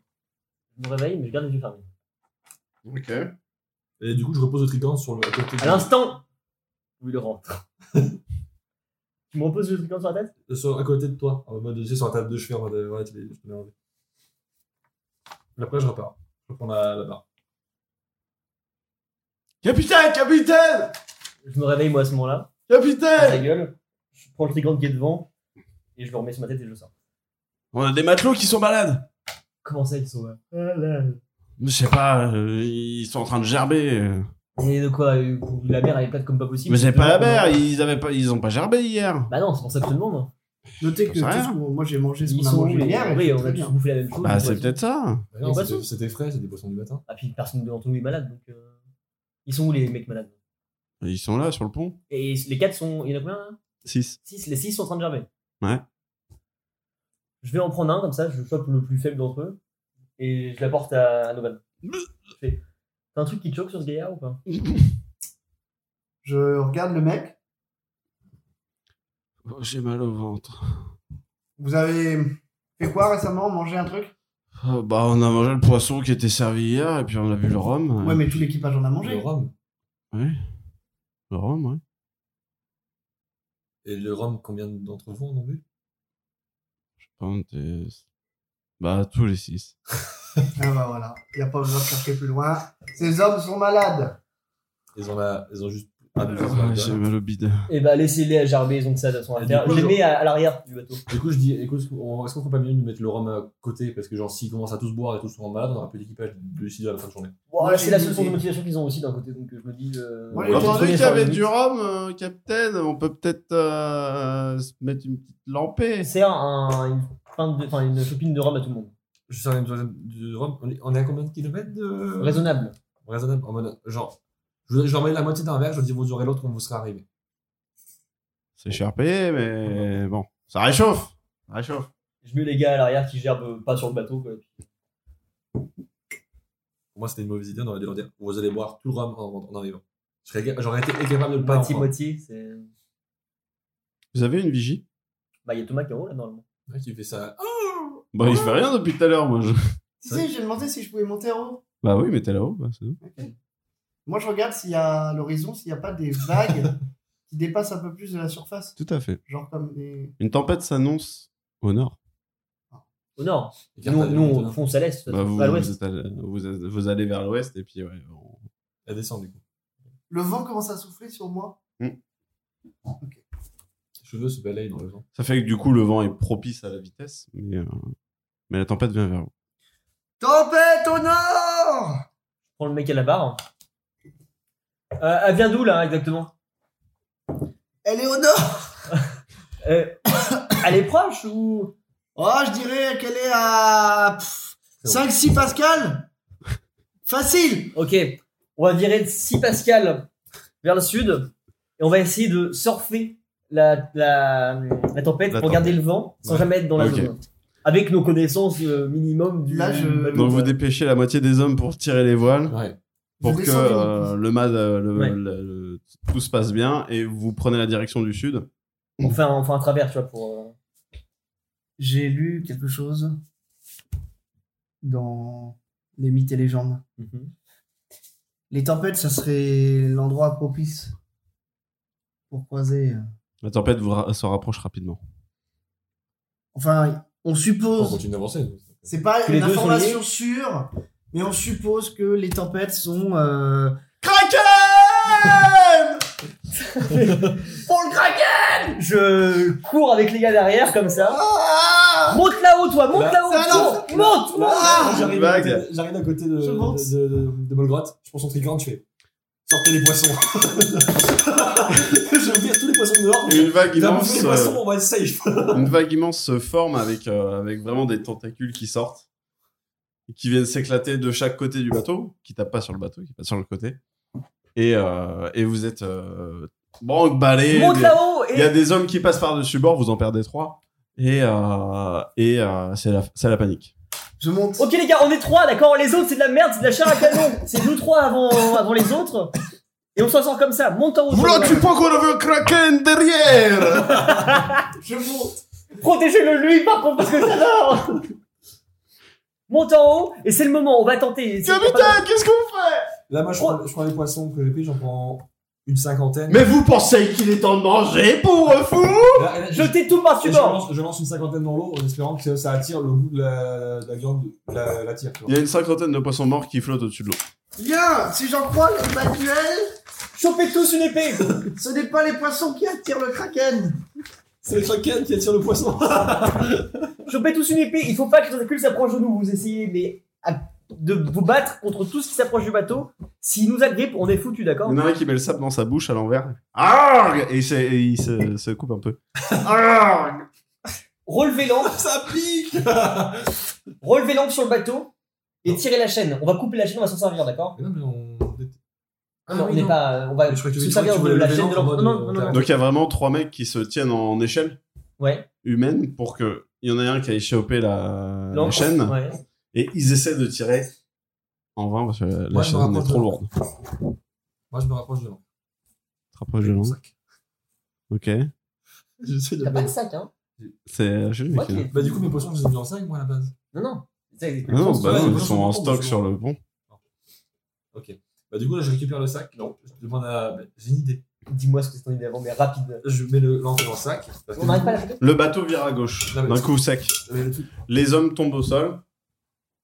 S2: Je me réveille, mais je garde les yeux fermés.
S7: Ok.
S3: Et du coup, je repose le tricorne sur le à côté.
S2: À l'instant où il rentre. tu me reposes le tricorne sur la tête
S3: de, euh, sur- à côté de toi. En mode, tu sais, sur la table de chevet, en mode, euh, ouais, tu l'es- je te l'ai enlevé. Et après, je repars. Je reprends la, la barre.
S1: Capitaine, capitaine,
S2: Je me réveille moi à ce moment-là, à
S1: capitaine
S2: la gueule, je prends le tricorne qui est devant, et je le remets sur ma tête et je le sors.
S7: On a des matelots qui sont malades.
S2: Comment ça ils sont là
S7: Je sais pas, euh, ils sont en train de gerber. euh.
S2: Et de quoi euh, La mer elle est plate comme pas possible.
S7: Mais c'est pas la mer,
S2: Non.
S7: ils avaient pas, ils ont pas gerbé hier.
S2: Bah non, c'est pour ça que je te demande.
S5: Notez
S7: J'en
S5: que
S7: sais
S5: tout
S7: rien.
S5: ce qu'on- moi j'ai mangé ce
S2: Ils
S5: qu'on a
S2: sont où
S5: mangé
S2: les
S5: hier. et
S2: Oui,
S5: c'est
S2: on
S5: très
S2: a tous
S5: bien.
S2: bouffé la même chose.
S7: Bah,
S2: on
S7: c'est
S2: a-
S7: peut-être ça.
S3: Ah non,
S2: Les
S3: c'était-
S2: poissons
S3: C'était frais, c'était des poissons du matin.
S2: Ah, puis personne d'entre nous est malade, donc. euh, Ils sont où les mecs malades
S1: Ils sont là, sur le pont.
S2: Et les quatre sont. Il y en a combien là
S1: 6.
S2: Six, les six sont en train de gerber.
S1: Ouais.
S2: Je vais en prendre un, comme ça, je chope le plus faible d'entre eux et je l'apporte à, à Novan. Je fais, T'as un truc qui te choque sur ce gaillard ou pas
S5: Je regarde le mec.
S1: Oh, j'ai mal au ventre.
S5: Vous avez fait quoi récemment Mangé un truc
S1: Oh, bah, on a mangé le poisson qui était servi hier, et puis on a bu le rhum.
S5: Ouais, mais tout l'équipage en a
S3: Le
S5: mangé.
S3: rhum.
S1: Le rhum, ouais.
S3: Et le rhum, combien d'entre vous en ont bu
S1: Je pense que c'est- Bah, tous les 6.
S5: Ah bah voilà, il a pas besoin de chercher plus loin. Ces hommes sont malades.
S3: Ils ont, la... ils ont juste. Ah,
S1: Euh,
S3: mais ils ont la
S1: j'ai
S3: dalle.
S1: mal au bide.
S2: Et bah, laissez-les à gerber, ils ont que ça de son à
S3: Et
S2: faire.
S3: Ah, du coup,
S2: Je les
S3: je-
S2: mets à, à l'arrière du bateau.
S3: Du coup, je dis, écoute, on- est-ce qu'on ferait pas mieux de mettre le rhum à côté Parce que, genre, s'ils commencent à tous boire et tous se rendre malade, on aura plus d'équipage de six à la fin de journée.
S2: Bon,
S5: Moi,
S2: là,
S5: j'ai
S2: c'est la
S5: une
S2: seule source de
S5: idée.
S2: motivation qu'ils ont aussi d'un côté, donc euh, je me dis. euh,
S5: Moi, j'ai
S2: on va
S5: entendu
S2: retourner
S1: qu'il y
S2: sur la
S1: avait du
S2: limite.
S1: rhum, euh, capitaine. On peut peut-être euh, se mettre une petite lampée.
S2: C'est un, un- une, pinte de- enfin, une chopine de rhum à tout le monde.
S3: Je sers une troisième de rhum. On est- On est à combien de kilomètres de.
S2: Raisonnable.
S3: Raisonnable. En mode, genre, je, vous- je leur mets la moitié d'un verre, je leur dis, vous aurez l'autre quand vous serez arrivé.
S1: C'est cher payé, mais bon. Ça réchauffe. Ça réchauffe.
S2: Je mets les gars à l'arrière qui gerbent pas sur le bateau. Quoi.
S3: Pour moi, c'était une mauvaise idée, on aurait dû leur dire, vous allez boire tout le rhum en, en arrivant. Je serais- J'aurais été incapable de le pas entendre.
S2: Moitié-moitié, c'est.
S1: Vous avez une vigie
S2: Bah, il y a Thomas qui est en haut là normalement.
S3: Le mec, il fait ça.
S1: Bah, il fait rien depuis tout à l'heure, moi. je-
S5: Tu sais, j'ai demandé si je pouvais monter en haut.
S1: Bah oui, mais t'es là-haut, bah, c'est tout.
S5: Moi, je regarde s'il y a à l'horizon, s'il n'y a pas des vagues qui dépassent un peu plus de la surface.
S1: Tout à fait.
S5: Genre comme des.
S1: Une tempête s'annonce au nord.
S2: Au nord.
S3: Écarte
S2: Nous,
S3: la
S2: nous on
S3: montée,
S2: fonce à l'est,
S1: Bah, vous,
S2: à
S1: vous,
S2: l'ouest.
S1: êtes à l- vous, êtes- vous allez vers l'ouest et puis ouais. on-
S3: Elle descend, du coup.
S5: Le vent commence à souffler sur moi.
S3: Les cheveux se balayent dans le vent.
S1: Ça fait que du coup le vent est propice à la vitesse, mais, euh, mais la tempête vient vers vous.
S5: Tempête au nord
S2: Je prends le mec à la barre. Euh, elle vient d'où là exactement
S5: Elle est au nord
S2: Euh, Elle est proche ou
S5: Oh, je dirais qu'elle est à.
S3: C'est bon.
S5: 5-6 Pascal Facile
S2: Ok, on va virer de 6 Pascal vers le sud et on va essayer de surfer la, la, la tempête
S1: La
S2: pour garder le vent sans
S1: Ouais.
S2: jamais être dans la
S1: Ok.
S2: zone. Avec nos connaissances euh, minimum du.
S5: Là, je-
S2: du bateau,
S1: Donc vous
S2: quoi.
S1: dépêchez la moitié des hommes pour tirer les voiles,
S3: Ouais.
S1: pour
S5: Je
S1: que
S5: descends des
S1: euh, le mât, euh, le-
S2: Ouais.
S1: le- le- tout se passe bien et vous prenez la direction du sud.
S2: on, fait un, on fait un travers, tu vois, pour. euh,
S5: J'ai lu quelque chose dans les mythes et légendes.
S2: euh,
S5: Les tempêtes, ça serait l'endroit propice pour croiser euh,
S1: La tempête vous ra- se rapproche rapidement.
S5: Enfin, on
S3: On
S5: suppose.
S3: continue d'avancer. nous.
S5: C'est pas
S2: Que les
S5: une
S2: deux sont
S5: information sûre, mais on suppose que les tempêtes sont. Euh...
S2: Pour le Kraken Je cours avec les gars derrière comme ça. Monte là-haut, toi, monte
S3: Là-
S2: là-haut,
S5: Ah non,
S2: monte, monte,
S3: Là,
S2: monte.
S3: J'arrive à
S1: Vague.
S3: côté- j'arrive à côté de,
S5: Je monte.
S3: de, de, de Molgrotte, je prends son tricorne, je fais Sortez les poissons Je vais ouvrir tous les poissons dehors,
S1: Et une vague
S3: Il va bouffer
S1: immense,
S3: les
S1: euh,
S3: poissons, on va être safe
S1: une vague immense se forme avec, euh, avec vraiment des tentacules qui sortent et qui viennent s'éclater de chaque côté du bateau, qui tape pas sur le bateau, qui tape sur le côté. Et, euh, et vous êtes euh, branque-ballé.
S2: Monte
S1: des-
S2: là-haut
S1: Il y a
S2: et.
S1: des hommes qui passent par-dessus bord, vous en perdez trois. Et, euh, et euh, c'est la, c'est la panique.
S5: Je monte.
S2: Ok les gars, on est trois, d'accord Les autres c'est de la merde, c'est de la chair à canon. c'est nous trois avant, avant les autres. Et on s'en sort comme ça, monte en haut.
S1: Voilà, tu crois qu'on avait un kraken derrière
S4: Je monte.
S2: Protégez-le lui par contre parce que ça dort Monte en haut et c'est le moment, on va tenter. C'est-
S1: Capitaine, qu'est-ce qu'on fait
S3: Là, moi, je prends, je prends les poissons que j'ai pris, j'en prends une cinquantaine.
S1: Mais vous pensez qu'il est temps de manger, pauvre fou
S3: Là, là,
S2: Jetez tout
S3: je,
S2: par-dessus
S3: je
S2: bord
S3: lance, je lance une cinquantaine dans l'eau en espérant que ça attire le goût de la, de la viande, de la, la tire. tu vois.
S1: Il y a une cinquantaine de poissons morts qui flottent au-dessus de l'eau.
S5: Bien, si j'en crois le manuel,
S2: Chopez tous une épée
S5: ce n'est pas les poissons qui attirent le kraken.
S3: C'est le kraken qui attire le poisson
S2: Chopez tous une épée, il faut pas que les tentacules s'approchent de nous. Vous essayez mais, à- de vous battre contre tout ce qui s'approche du bateau. S'il nous agrippe, on est foutu, d'accord
S1: Il y en a un qui met le sable dans sa bouche à l'envers. Arrgh Et, il se- et il se, se coupe un peu. Arrgh
S2: Relevez l'ancre,
S3: Ça pique
S2: relevez l'ancre sur le bateau et tirez la chaîne. On va couper la chaîne, on va s'en servir, d'accord
S3: Mais non, mais on. Ah,
S2: Non,
S3: oui,
S2: on n'est
S3: non.
S2: pas. euh, On va
S3: Mais je crois que tu-
S2: se
S3: je crois que
S2: servir
S3: tu
S2: de
S3: voulais
S2: la
S3: lever
S2: chaîne de
S3: l'ancre en
S2: l'ancre.
S3: mode,
S2: Non, non, non,
S3: euh,
S2: non.
S1: Donc il y a vraiment trois mecs qui se tiennent en échelle
S2: Ouais.
S1: humaine pour que il y en ait un qui aille choper la, la
S2: L'ancre,
S1: chaîne
S2: ouais.
S1: et ils essaient de tirer en vain parce que la, la
S3: Moi, je
S1: chaîne est
S3: me rapproche
S1: trop
S3: de-
S1: lourde.
S3: Moi, je me rapproche de l'eau.
S1: Tu te rapproches de l'eau. Ok.
S3: J'essaie de
S2: T'as pas de sac, hein
S1: C'est je sais
S2: Moi,
S1: pas quel-
S2: t'es-
S3: Bah, du coup, mes poissons, je les ai mis en 5, moi, à la base.
S2: Non, non. C'est-
S1: Ah non,
S3: pense
S1: bah
S3: que-
S1: non,
S3: ouais,
S1: ils
S3: moi,
S1: sont
S3: je
S1: en
S3: me
S1: stock
S3: comprends,
S1: sur le pont.
S3: Ok. Bah, du coup, là, je récupère le sac. Non. Je demande à. bah, J'ai une idée.
S2: Dis-moi ce que c'est ton idée avant, mais rapide.
S3: Je mets le l'encre dans le sac. parce que
S2: On
S3: du
S2: n'arrive
S3: coup,
S2: pas à la choper
S1: Le bateau vire à gauche
S3: Non, mais-
S1: d'un coup sec.
S3: mais le truc-
S1: Les hommes tombent au sol.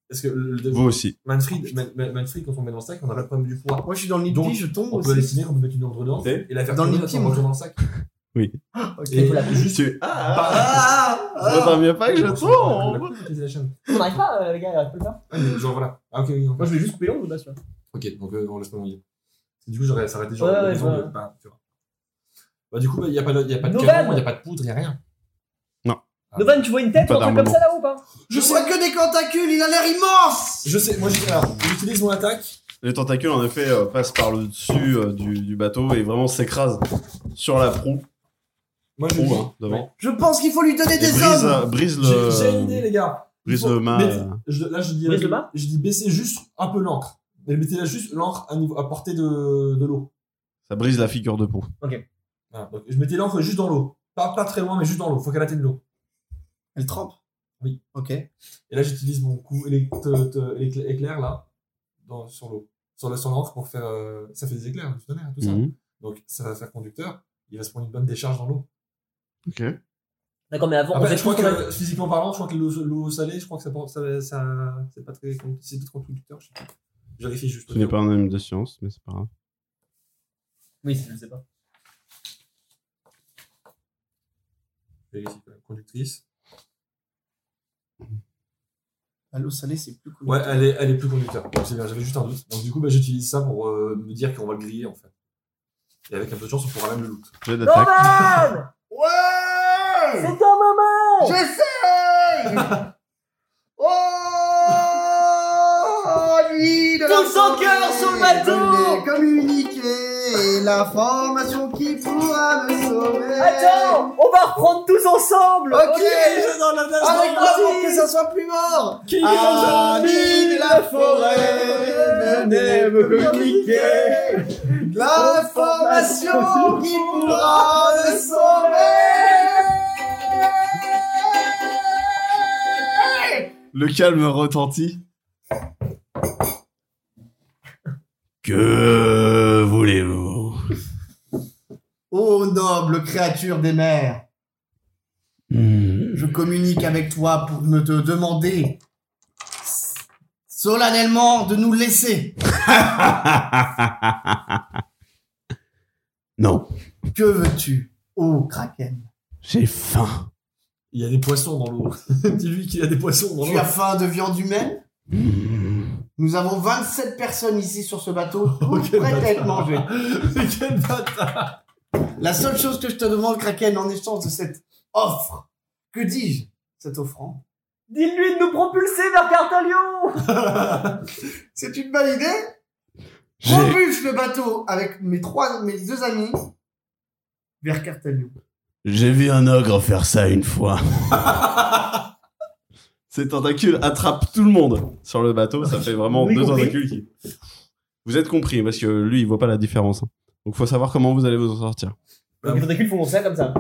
S3: Parce que le, le-
S1: Vous aussi.
S3: Manfred, Man- Man- Manfred, quand on met dans le sac, on n'a pas le problème du poids.
S5: Moi, je suis dans le lit de
S3: Donc,
S5: lit, je tombe
S3: On peut
S5: aussi.
S3: l'estimer, on peut mettre une ordre dedans
S1: Et
S3: et la faire
S5: Dans le
S3: tourner,
S5: lit,
S3: la
S5: moi.
S3: mettre dans le sac.
S2: Il faut la
S1: Tu- tu-
S5: Ah,
S1: Ah,
S5: ah,
S1: vaut mieux pas que je
S3: On
S1: tombe.
S3: peut utiliser la chaîne.
S2: On n'arrive pas, euh, les gars, on peut le faire.
S3: Ah, mais genre voilà. Ah, ok, oui,
S2: Moi,
S3: encore.
S2: je vais juste couper l'ongle, là, tu vois.
S3: Ok, donc euh, on laisse pas mon lit. Du coup, j'aurais s'arrêter genre
S2: Ouais,
S3: la
S2: ouais,
S3: maison
S2: ouais.
S3: de- bah, tu vois. Bah, du coup, il n'y a pas de, y a pas de
S2: Nos
S3: canon,
S2: vannes.
S3: il a pas de poudre, il a rien. Ah.
S2: Novan, tu vois une tête
S1: Pas
S2: ou un truc comme
S1: d'armement.
S2: ça là ou pas
S5: je vois que des cantacules, il a l'air immense.
S3: Je sais, moi j'ai- alors, j'utilise mon attaque.
S1: Les tentacules, en effet, euh, passent par le dessus euh, du, du bateau et vraiment s'écrasent sur la proue,
S3: Moi je
S1: proue
S3: dis-
S1: hein, devant.
S5: Je pense qu'il faut lui donner
S1: Et
S5: des
S1: brise, euh,
S5: hommes.
S1: brise
S3: J'ai j'ai une idée,
S1: le,
S3: les gars. Il
S1: brise
S3: faut
S1: le mât.
S3: mettre-
S1: euh,
S3: je- là, je dis,
S2: Brise le mât
S3: je dis baisser juste un peu l'encre. Mais mettez là juste l'encre à, niveau- à portée de, de l'eau.
S1: ça brise la figure de proue.
S3: Voilà, donc je mettais l'encre juste dans l'eau. Pas, pas très loin, mais juste dans l'eau. Faut qu'elle atteigne l'eau.
S5: Elle trempe.
S3: Oui.
S5: Ok.
S3: Et là, j'utilise mon coup élect- te- te- écla- éclair là, dans, sur l'eau, sur la- sur l'encre pour faire. euh, ça fait des éclairs, du tonnerre, tout ça.
S1: Mhm.
S3: Donc ça va faire conducteur. Il va se prendre une bonne décharge dans l'eau.
S1: Ok.
S2: D'accord, mais avant, on
S3: Après,
S2: fait
S3: je crois
S2: tout
S3: que
S2: ce qu'on a-
S3: euh, physiquement parlant, je crois que l'eau l'eau salée, je crois que ça, porte- ça, ça- c'est pas très, con- c'est pas trop conducteur. Je sais pas. Je vérifie juste.
S1: Ce n'est pas un homme de science, mais c'est pas grave.
S2: Oui, je ne sais pas.
S3: Je vérifie quand même. Conductrice.
S5: À Ah, l'eau salée, c'est plus cool.
S3: Ouais, elle est, elle est plus conducteur. Donc, C'est bien, j'avais juste un doute. Donc du coup, bah, j'utilise ça pour euh, me dire qu'on va le griller en fait. Et avec un peu de chance, on pourra même le loot.
S1: J'ai d'attaque.
S2: Novan
S4: Ouais
S2: C'est ton moment
S4: J'essaye Oh Lui de la
S2: Tout son cœur sur le bateau
S4: Venez communiquer l'information qui pourra me sauver
S2: Attends, on va reprendre tous ensemble
S4: Ok,
S2: Ok.
S4: je- Avec moi pour que ça soit plus mort
S2: Qui
S3: Ah,
S4: Amis de la forêt, venez me communiquer l'information qui pourra me sauver
S1: Le calme retentit. Que voulez-vous
S5: Oh non, noble créature des mers. Je communique avec toi pour me te demander s- solennellement de nous laisser.
S1: non,
S5: Que veux-tu, ô Kraken
S1: j'ai faim.
S3: Il y a des poissons dans l'eau. Dis-lui qu'il y a des poissons dans
S5: Tu as
S3: l'eau.
S5: faim de viande humaine
S1: Hmm.
S5: Nous avons 27 personnes ici sur ce bateau, toutes
S3: quel
S5: prêtes à être
S3: bâtard.
S5: mangées.
S3: Mais Quel bâtard
S5: La seule chose que je te demande, Kraken, en échange de cette offre, que dis-je Cette offrande
S2: Dis-lui de nous propulser vers Cartalion
S5: C'est une bonne idée
S1: J'ai-
S5: Rebuffe le bateau avec mes trois, mes deux amis vers Cartagena.
S1: J'ai vu un ogre faire ça une fois. Ces tentacules attrapent tout le monde sur le bateau. Ça fait vraiment
S5: Oui,
S1: deux
S5: compris.
S1: tentacules qui. Vous êtes compris parce que lui, il voit pas la différence. hein. Donc faut savoir comment vous allez vous en sortir.
S2: Donc les tentacules font ça comme ça.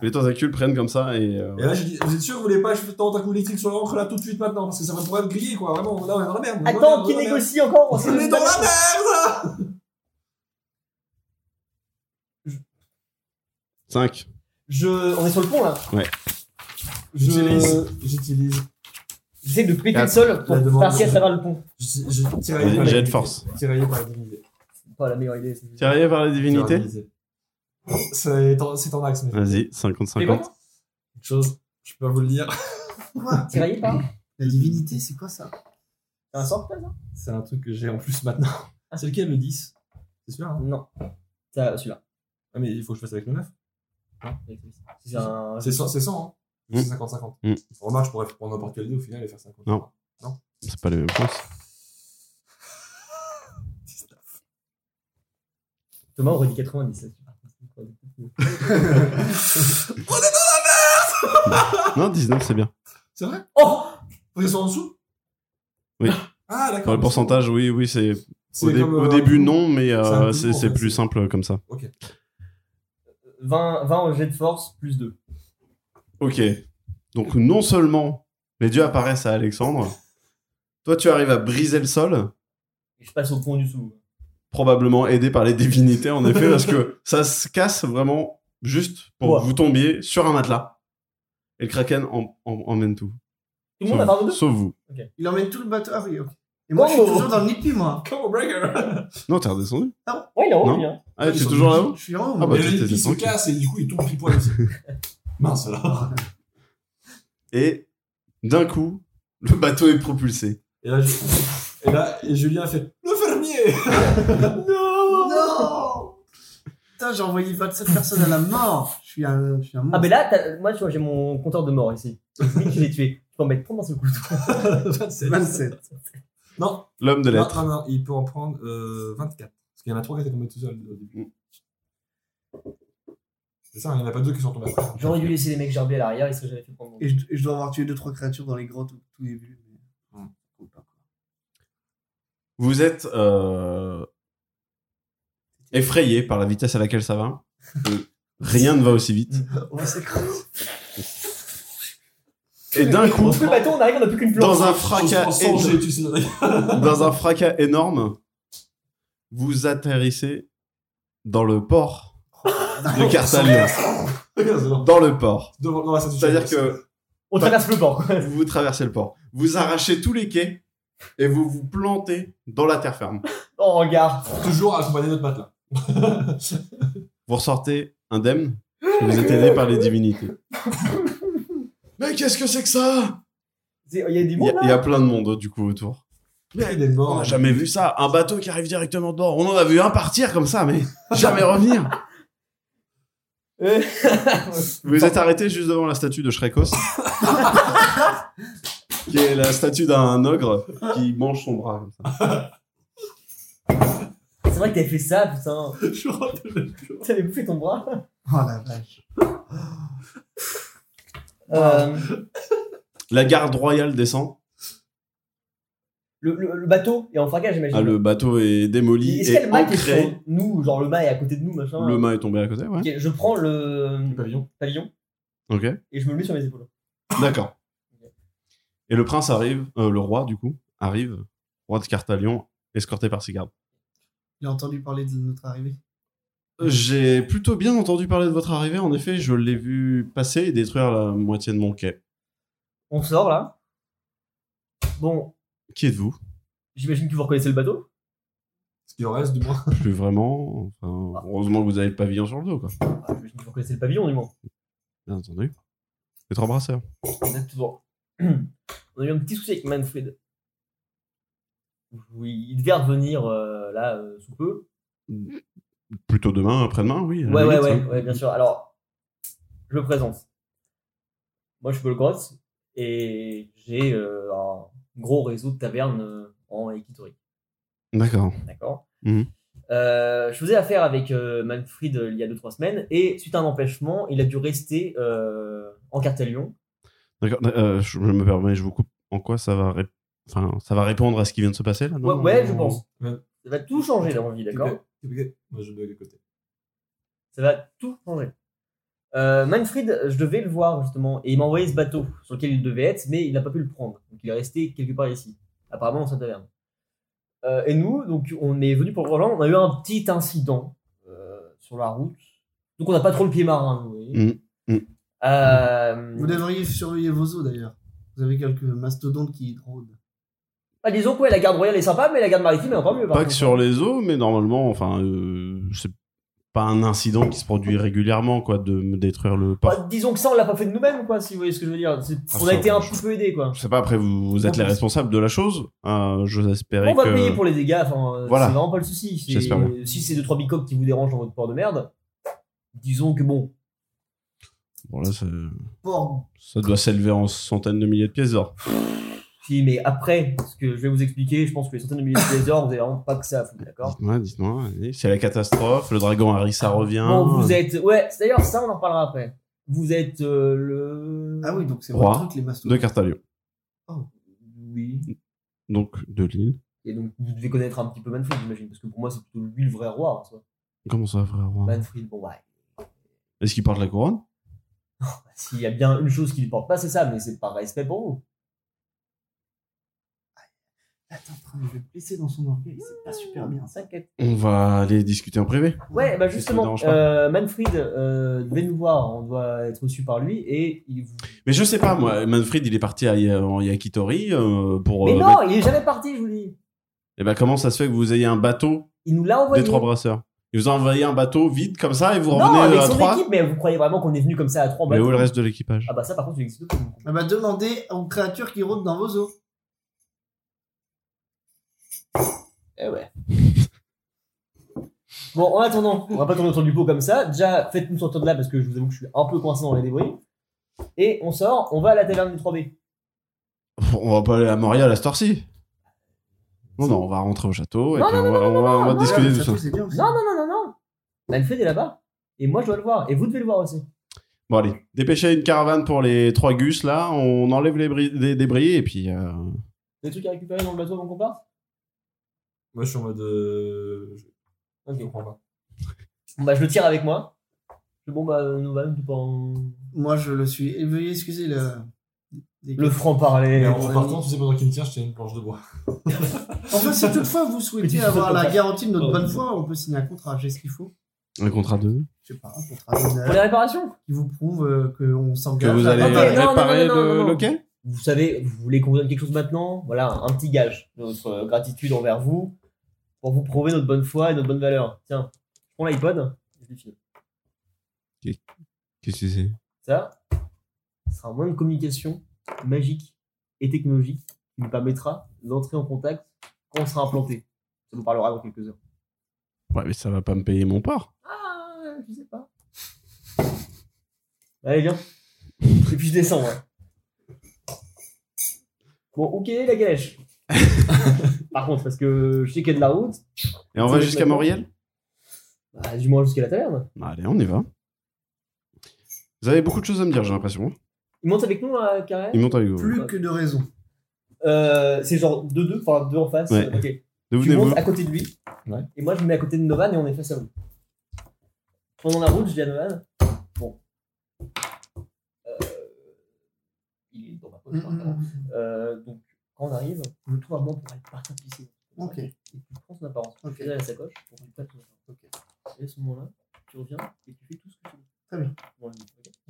S1: Les tentacules prennent comme ça et. euh,
S3: Et là, j'ai dit, vous êtes sûr que vous voulez pas que je tente un coup électrique sur l'encre là tout de suite maintenant Parce que ça va pourrait me griller quoi, vraiment, là on est dans la merde. on est dans la
S2: Attends,
S3: merde,
S2: qui
S3: on est dans la merde.
S2: négocie encore On sait
S3: On est dans la
S2: pas.
S3: merde
S1: Cinq.
S2: Je... On est sur le pont là.
S1: Ouais.
S2: Je...
S3: J'utilise.
S2: J'essaie de péter le
S1: Quatre.
S2: sol pour
S3: La demande
S2: passer à
S3: de-
S2: travers le pont.
S3: Je je- tiraillé par
S1: Un jet de
S3: la divinité.
S1: force.
S3: Tiraillé par la divinité.
S2: C'est Pas la meilleure idée. c'est-
S1: Tiré par la divinité.
S3: Tiraillé. C'est en- c'est en axe, mais
S1: Vas-y, 50-50.
S3: quelque chose, je peux pas vous le dire.
S5: Quoi
S2: Tiraillé par
S5: La divinité, c'est quoi ça
S2: C'est un sort ça
S3: C'est un truc que j'ai en plus maintenant. C'est lequel le 10 C'est celui-là hein
S2: Non. Ça, Celui-là. Hein,
S3: Ah, mais il faut que je fasse avec le 9.
S2: Ah, C'est un.
S3: C'est 100, c'est 100 hein
S1: Mm.
S3: C'est 50-50.
S1: Mm.
S3: Remarque, je pourrais prendre n'importe quel deux au final et faire 50.
S1: Non. C'est pas les mêmes choses.
S2: Thomas aurait dit 90. là, celui-là.
S1: Non, 19 c'est bien.
S3: C'est vrai
S2: Oh
S3: Faut qu'ils soient en dessous
S1: Oui.
S3: Ah, d'accord.
S1: Pour le pourcentage, oui, oui, c'est.
S3: C'est
S1: Au, dé-
S3: comme,
S1: au
S3: euh,
S1: début, non, mais
S3: c'est
S1: euh,
S3: un
S1: c'est
S3: double, en
S1: c'est
S3: fait,
S1: plus
S3: c'est-
S1: simple comme ça.
S2: 20, 20 au jet de force plus 2.
S1: Ok. Donc non seulement les dieux apparaissent à Alexandre, toi tu arrives à briser le sol,
S2: Et je passe au pont du sous.
S1: probablement aidé par les divinités en effet, parce que ça se casse vraiment juste pour
S2: Ouah.
S1: que vous tombiez sur un matelas. Et le kraken en, en- emmène tout.
S2: Tout le
S1: Sauf,
S2: monde a part de deux
S1: sauf vous.
S5: Il emmène tout le bateau. Ah oui, ok. Et moi, je suis
S2: Oh
S5: toujours dans le nipi, moi.
S3: Come on, breaker
S1: Non, t'es redescendu.
S2: Ouais, il est en haut,
S1: Non.
S2: lui, hein.
S1: Ah,
S3: Ils
S1: tu es
S3: sont
S1: toujours là-haut
S5: Je suis en haut.
S1: Ah
S5: moi.
S1: bah,
S3: Et
S1: t'étais
S3: il se
S1: tranquille.
S3: casse et du coup, il tombe pile poil aussi. Mince alors.
S1: Et d'un coup, le bateau est propulsé.
S3: Et là, je- et là, et Julien fait Le fermier
S2: Non
S5: Non Putain, j'ai envoyé 27 personnes à la mort. Je suis un, je suis un
S2: Ah, mais
S5: monstre.
S2: là, t'as- moi, tu vois, j'ai mon compteur de mort ici. C'est lui qui l'ai tué. Tu peux en mettre 30 dans ce coup.
S3: 27.
S5: 27.
S3: Non,
S1: L'homme de
S3: non,
S1: lettres.
S3: non, non, il peut en prendre euh, 24. Parce qu'il y en a 3 qui étaient tombés tout seuls au début. C'est ça, hein, il n'y en a pas deux qui sont tombés après.
S2: J'aurais dû laisser les mecs gerber à l'arrière, ils seraient jamais fait prendre. mon-
S5: Et je, et je dois avoir tué 2-3 créatures dans les grottes au tout début.
S3: Hmm.
S2: Ah.
S1: Vous êtes euh, effrayé par la vitesse à laquelle ça va. Euh, Rien ne va aussi vite.
S5: On va s'écraser.
S1: Et d'un coup,
S2: On se fait le bateau, on arrive, on a plus qu'une planche.
S1: dans un
S3: Fracas
S1: fracas,
S3: sans
S1: éno-
S3: j'ai tu sais. Dans
S1: dans un fracas énorme, vous atterrissez dans le port de Cartalion. Dans le port.
S3: Devant- dans la statue.
S1: C'est-à-dire que
S2: On traverse le port.
S1: vous, vous traversez le port. Vous arrachez tous les quais et vous vous plantez dans la terre ferme.
S2: Oh, regarde.
S3: Toujours accompagné de notre matelas.
S1: Vous ressortez indemne. parce que Vous êtes aidé par les divinités. Mais qu'est-ce que c'est que ça
S2: C'est- Il y a du
S1: Il y,
S2: monde
S1: a- il y
S2: là.
S1: a plein de monde du coup autour.
S3: Mais il est mort. hein.
S1: On n'a jamais vu ça. Un bateau qui arrive directement de bord. On en a vu un partir comme ça, mais jamais revenir.
S2: Euh,
S1: Vous êtes arrêté juste devant la statue de Shrekos. qui est la statue d'un ogre qui mange son bras. comme ça.
S2: C'est vrai que t'as fait ça, putain.
S3: Je rappelle.
S2: T'avais bouffé ton bras.
S5: Oh la vache.
S1: Ah.
S2: Euh,
S1: La garde royale descend.
S2: le, le- le bateau est en fracas, j'imagine.
S1: Ah, le bateau est démoli
S2: Est-ce qu'il y a
S1: et
S2: le mât qui est
S1: ancré.
S2: sur nous Genre le mât est à côté de nous, machin.
S1: Le mât est tombé à côté, ouais.
S2: Ok, je prends le
S3: Pavillon.
S2: pavillon
S1: Ok.
S2: et je me le mets sur mes épaules.
S1: D'accord. Et le prince arrive, euh, le roi du coup, arrive, roi de Cartalion, escorté par ses gardes.
S5: J'ai entendu parler de notre arrivée.
S1: J'ai plutôt bien entendu parler de votre arrivée. En effet, je l'ai vu passer et détruire la moitié de mon quai.
S2: On sort là. Bon,
S1: Qui êtes-vous
S2: j'imagine que vous reconnaissez le bateau.
S3: Ce qui en reste, du moins.
S1: Plus vraiment. Enfin, heureusement que vous avez le pavillon sur le dos, quoi.
S2: Ah, j'imagine que vous reconnaissez le pavillon du moins.
S1: Bien entendu. Les trois brasseurs.
S2: Exactement. On a eu un petit souci avec Manfred. Oui, il devait revenir euh, là euh, sous peu.
S1: Plutôt demain, après-demain, oui. à la
S2: Ouais, ouais,
S1: limite,
S2: ouais,
S1: hein.
S2: ouais, bien sûr. Alors, je me présente. Moi, je suis Paul Gross et j'ai euh, un gros réseau de tavernes euh, en Equitori.
S1: D'accord.
S2: D'accord
S1: Mhm.
S2: Euh, Je faisais affaire avec euh, Manfred euh, il y a 2-3 semaines et suite à un empêchement, il a dû rester euh, en Cartelion.
S1: D'accord. euh, je je me permets, je vous coupe. En quoi ça va, ré- enfin, ça va répondre à ce qui vient de se passer là non
S2: Ouais, ouais, je pense.
S3: Ouais.
S2: Ça va tout changer dans ma vie, d'accord
S3: Moi, je dois les côtés.
S2: ça va tout changer. Euh, Manfred, je devais le voir justement, et il m'a envoyé ce bateau sur lequel il devait être, mais il n'a pas pu le prendre. Donc il est resté quelque part ici, apparemment dans sa taverne. Euh, et nous, donc on est venu pour Roland, on a eu un petit incident euh, sur la route. Donc on n'a pas trop le pied marin, vous voyez.
S1: Mm, mm.
S2: Euh,
S5: Vous devriez surveiller vos eaux d'ailleurs. Vous avez quelques mastodontes qui rôdent.
S2: bah, disons que ouais, la garde royale est sympa, mais la garde maritime est encore mieux. par hein.
S1: Pas que
S2: contre.
S1: sur les eaux, mais normalement, enfin, euh, c'est pas un incident qui se produit régulièrement, quoi, de me détruire le port.
S2: Bah, disons que ça, on l'a pas fait de nous-mêmes, quoi, si vous voyez ce que je veux dire. C'est-
S1: Ah,
S2: on a
S1: ça,
S2: été un
S1: je-
S2: petit peu aidés, quoi.
S1: Je sais pas, après, vous, vous êtes les responsables de la chose. Euh, je espérais
S2: On va
S1: que.
S2: payer pour les dégâts, enfin, euh,
S1: Voilà.
S2: c'est vraiment pas le souci. C'est-
S1: J'espère
S2: Si c'est deux trois bicoques qui vous dérangent dans votre port de merde, disons que bon,
S1: Bon, là, ça,
S5: Port
S1: ça doit s'élever en centaines de milliers de pièces d'or.
S2: si, mais après, ce que je vais vous expliquer, je pense que les centaines de milliers de pièces d'or, vous avez vraiment pas que ça à foutre, d'accord
S1: Dites-moi, dites-moi. allez. C'est la catastrophe. Le dragon Harissa revient.
S2: Bon, vous êtes. Ouais, c'est- d'ailleurs, ça, on en reparlera après. Vous êtes euh, le.
S5: Ah oui, donc c'est
S1: Roi
S5: votre truc, les
S1: De
S5: mastodontes.
S1: Cartalion.
S2: Oui.
S1: Donc, de l'île.
S2: Et donc, vous devez connaître un petit peu Manfred, j'imagine, parce que pour moi, c'est plutôt lui le vrai roi, en soi.
S1: Comment ça, frère roi
S2: Manfred, bon, bah, ouais.
S1: Est-ce qu'il porte la couronne
S2: S'il y a bien une chose qu'il ne porte pas, c'est ça, mais c'est par respect pour vous.
S5: Attends, attends, je vais le blesser dans son orgueil. C'est pas super bien. Ça.
S2: T'inquiète.
S1: On va aller discuter en privé.
S2: Ouais, bah
S1: Si ça vous
S2: justement,
S1: dérange pas.
S2: euh, Manfred euh, devait nous voir, on doit être reçu par lui et il vous.
S1: Mais je sais pas, moi, Manfred, il est parti à, Ya- en Yakitori euh, pour.
S2: Mais
S1: euh,
S2: non, il est jamais parti, je vous le dis.
S1: Et ben comment ça se fait que vous ayez un bateau
S2: Ah Il nous l'a envoyé.
S1: des trois brasseurs Ils vous ont envoyé un bateau vide comme ça et vous
S2: non,
S1: revenez
S2: avec
S1: euh, à
S2: son
S1: trois
S2: équipe, mais vous croyez vraiment qu'on est venu comme ça à trois
S1: Mais
S2: bateaux
S1: où est le reste de l'équipage
S2: Ah bah ça, par contre, il existe pas.
S5: Ah bah, demandez aux créatures qui rôdent dans vos eaux.
S2: Eh ouais. bon, en attendant, on va pas tourner autour du pot comme ça. Déjà, faites-nous sortir de là parce que je vous avoue que je suis un peu coincé dans les débris. Et on sort, on va à la taverne du 3B.
S1: Pff, On va pas aller à Moria à cette heure-ci. Non, non, on va rentrer au château et
S2: Non,
S1: puis on va, on va- on va
S2: non,
S1: discuter
S5: Ah,
S1: de tout ça.
S5: c'est bien aussi.
S2: Non, non, non, non, non. Manfred est là-bas. Et moi, je dois le voir. Et vous devez le voir aussi.
S1: Bon, allez, dépêchez une caravane pour les trois gus là, on enlève les, bri- les débris et puis. euh,
S2: Des trucs à récupérer dans le bateau avant qu'on parte
S3: Moi, je suis en mode. euh, Je
S2: Ok.
S3: je comprends pas.
S2: Bon, Bah, je le tire avec moi. Je- Bon, bah, euh, nous allons tout en-
S5: Moi, je le suis. Et veuillez excuser le. des-
S2: Le franc-parler.
S3: Mais
S5: bon,
S3: en
S5: vas-y.
S3: partant, tu sais, pendant qu'il me tient, je tiens une planche de bois.
S5: En fait, si toutefois vous
S2: Mais
S5: souhaitez
S2: tu
S5: avoir
S2: fais
S5: la
S2: pas.
S5: garantie de notre
S2: Oh,
S5: bonne
S2: oui.
S5: foi, on peut signer un contrat. J'ai ce qu'il faut.
S1: Un contrat de.
S5: Je sais pas, un contrat d'honneur
S2: Pour les réparations
S5: qui vous prouve euh, qu'on
S1: Que
S5: s'engage.
S1: vous
S5: à-
S1: allez
S2: non,
S5: Ok,
S2: non, non,
S1: réparer
S2: non, non, non,
S1: le-
S2: non.
S1: le quai
S2: Vous savez, vous voulez qu'on vous donne quelque chose maintenant Voilà, un petit gage. de Notre euh, gratitude envers vous. Pour vous prouver notre bonne foi et notre bonne valeur. Tiens, je prends l'iPod. et je lui file.
S1: Qu'est-ce que c'est
S2: Ça, ce sera un moyen de communication magique et technologique qui nous permettra d'entrer en contact quand on sera implanté. Ça nous parlera dans quelques heures.
S1: Ouais, mais ça va pas me payer mon port.
S2: Ah, je sais pas. Allez, viens. Et puis je descends, ouais. Bon, ok, la calèche. Par contre, parce que je sais qu'il y a de la route,
S1: Et on
S2: Ça
S1: va
S2: va
S1: jusqu'à
S2: être maintenant.
S1: Moriel
S2: bah, du moins jusqu'à la taverne.
S1: Bah, Allez, on y va. Vous avez beaucoup de choses à me dire, j'ai l'impression.
S2: Il monte avec nous à Carré
S1: Il monte avec vous.
S5: Plus que de raison.
S2: Euh, C'est genre 2-2, enfin 2 en face.
S1: Ouais.
S2: Ok.
S1: D'où
S2: Tu
S1: venez-vous
S2: montes à côté de lui.
S3: Ouais.
S2: Et moi, je me mets à côté de Novan et on est face à vous. Pendant la route, je dis à Novan Bon. Euh, il est dans ma poche. hein,
S5: Mm,
S2: Euh, donc, quand on arrive, le tout vraiment pour aller partir pisser.
S5: Ok.
S2: Et tu prends son apparence, tu
S5: Ok.
S2: fais la sacoche pour que tu prennes son apparence. Et à ce moment-là, tu reviens et tu fais tout ce que tu veux.
S5: Très bien.
S2: Bon, ok.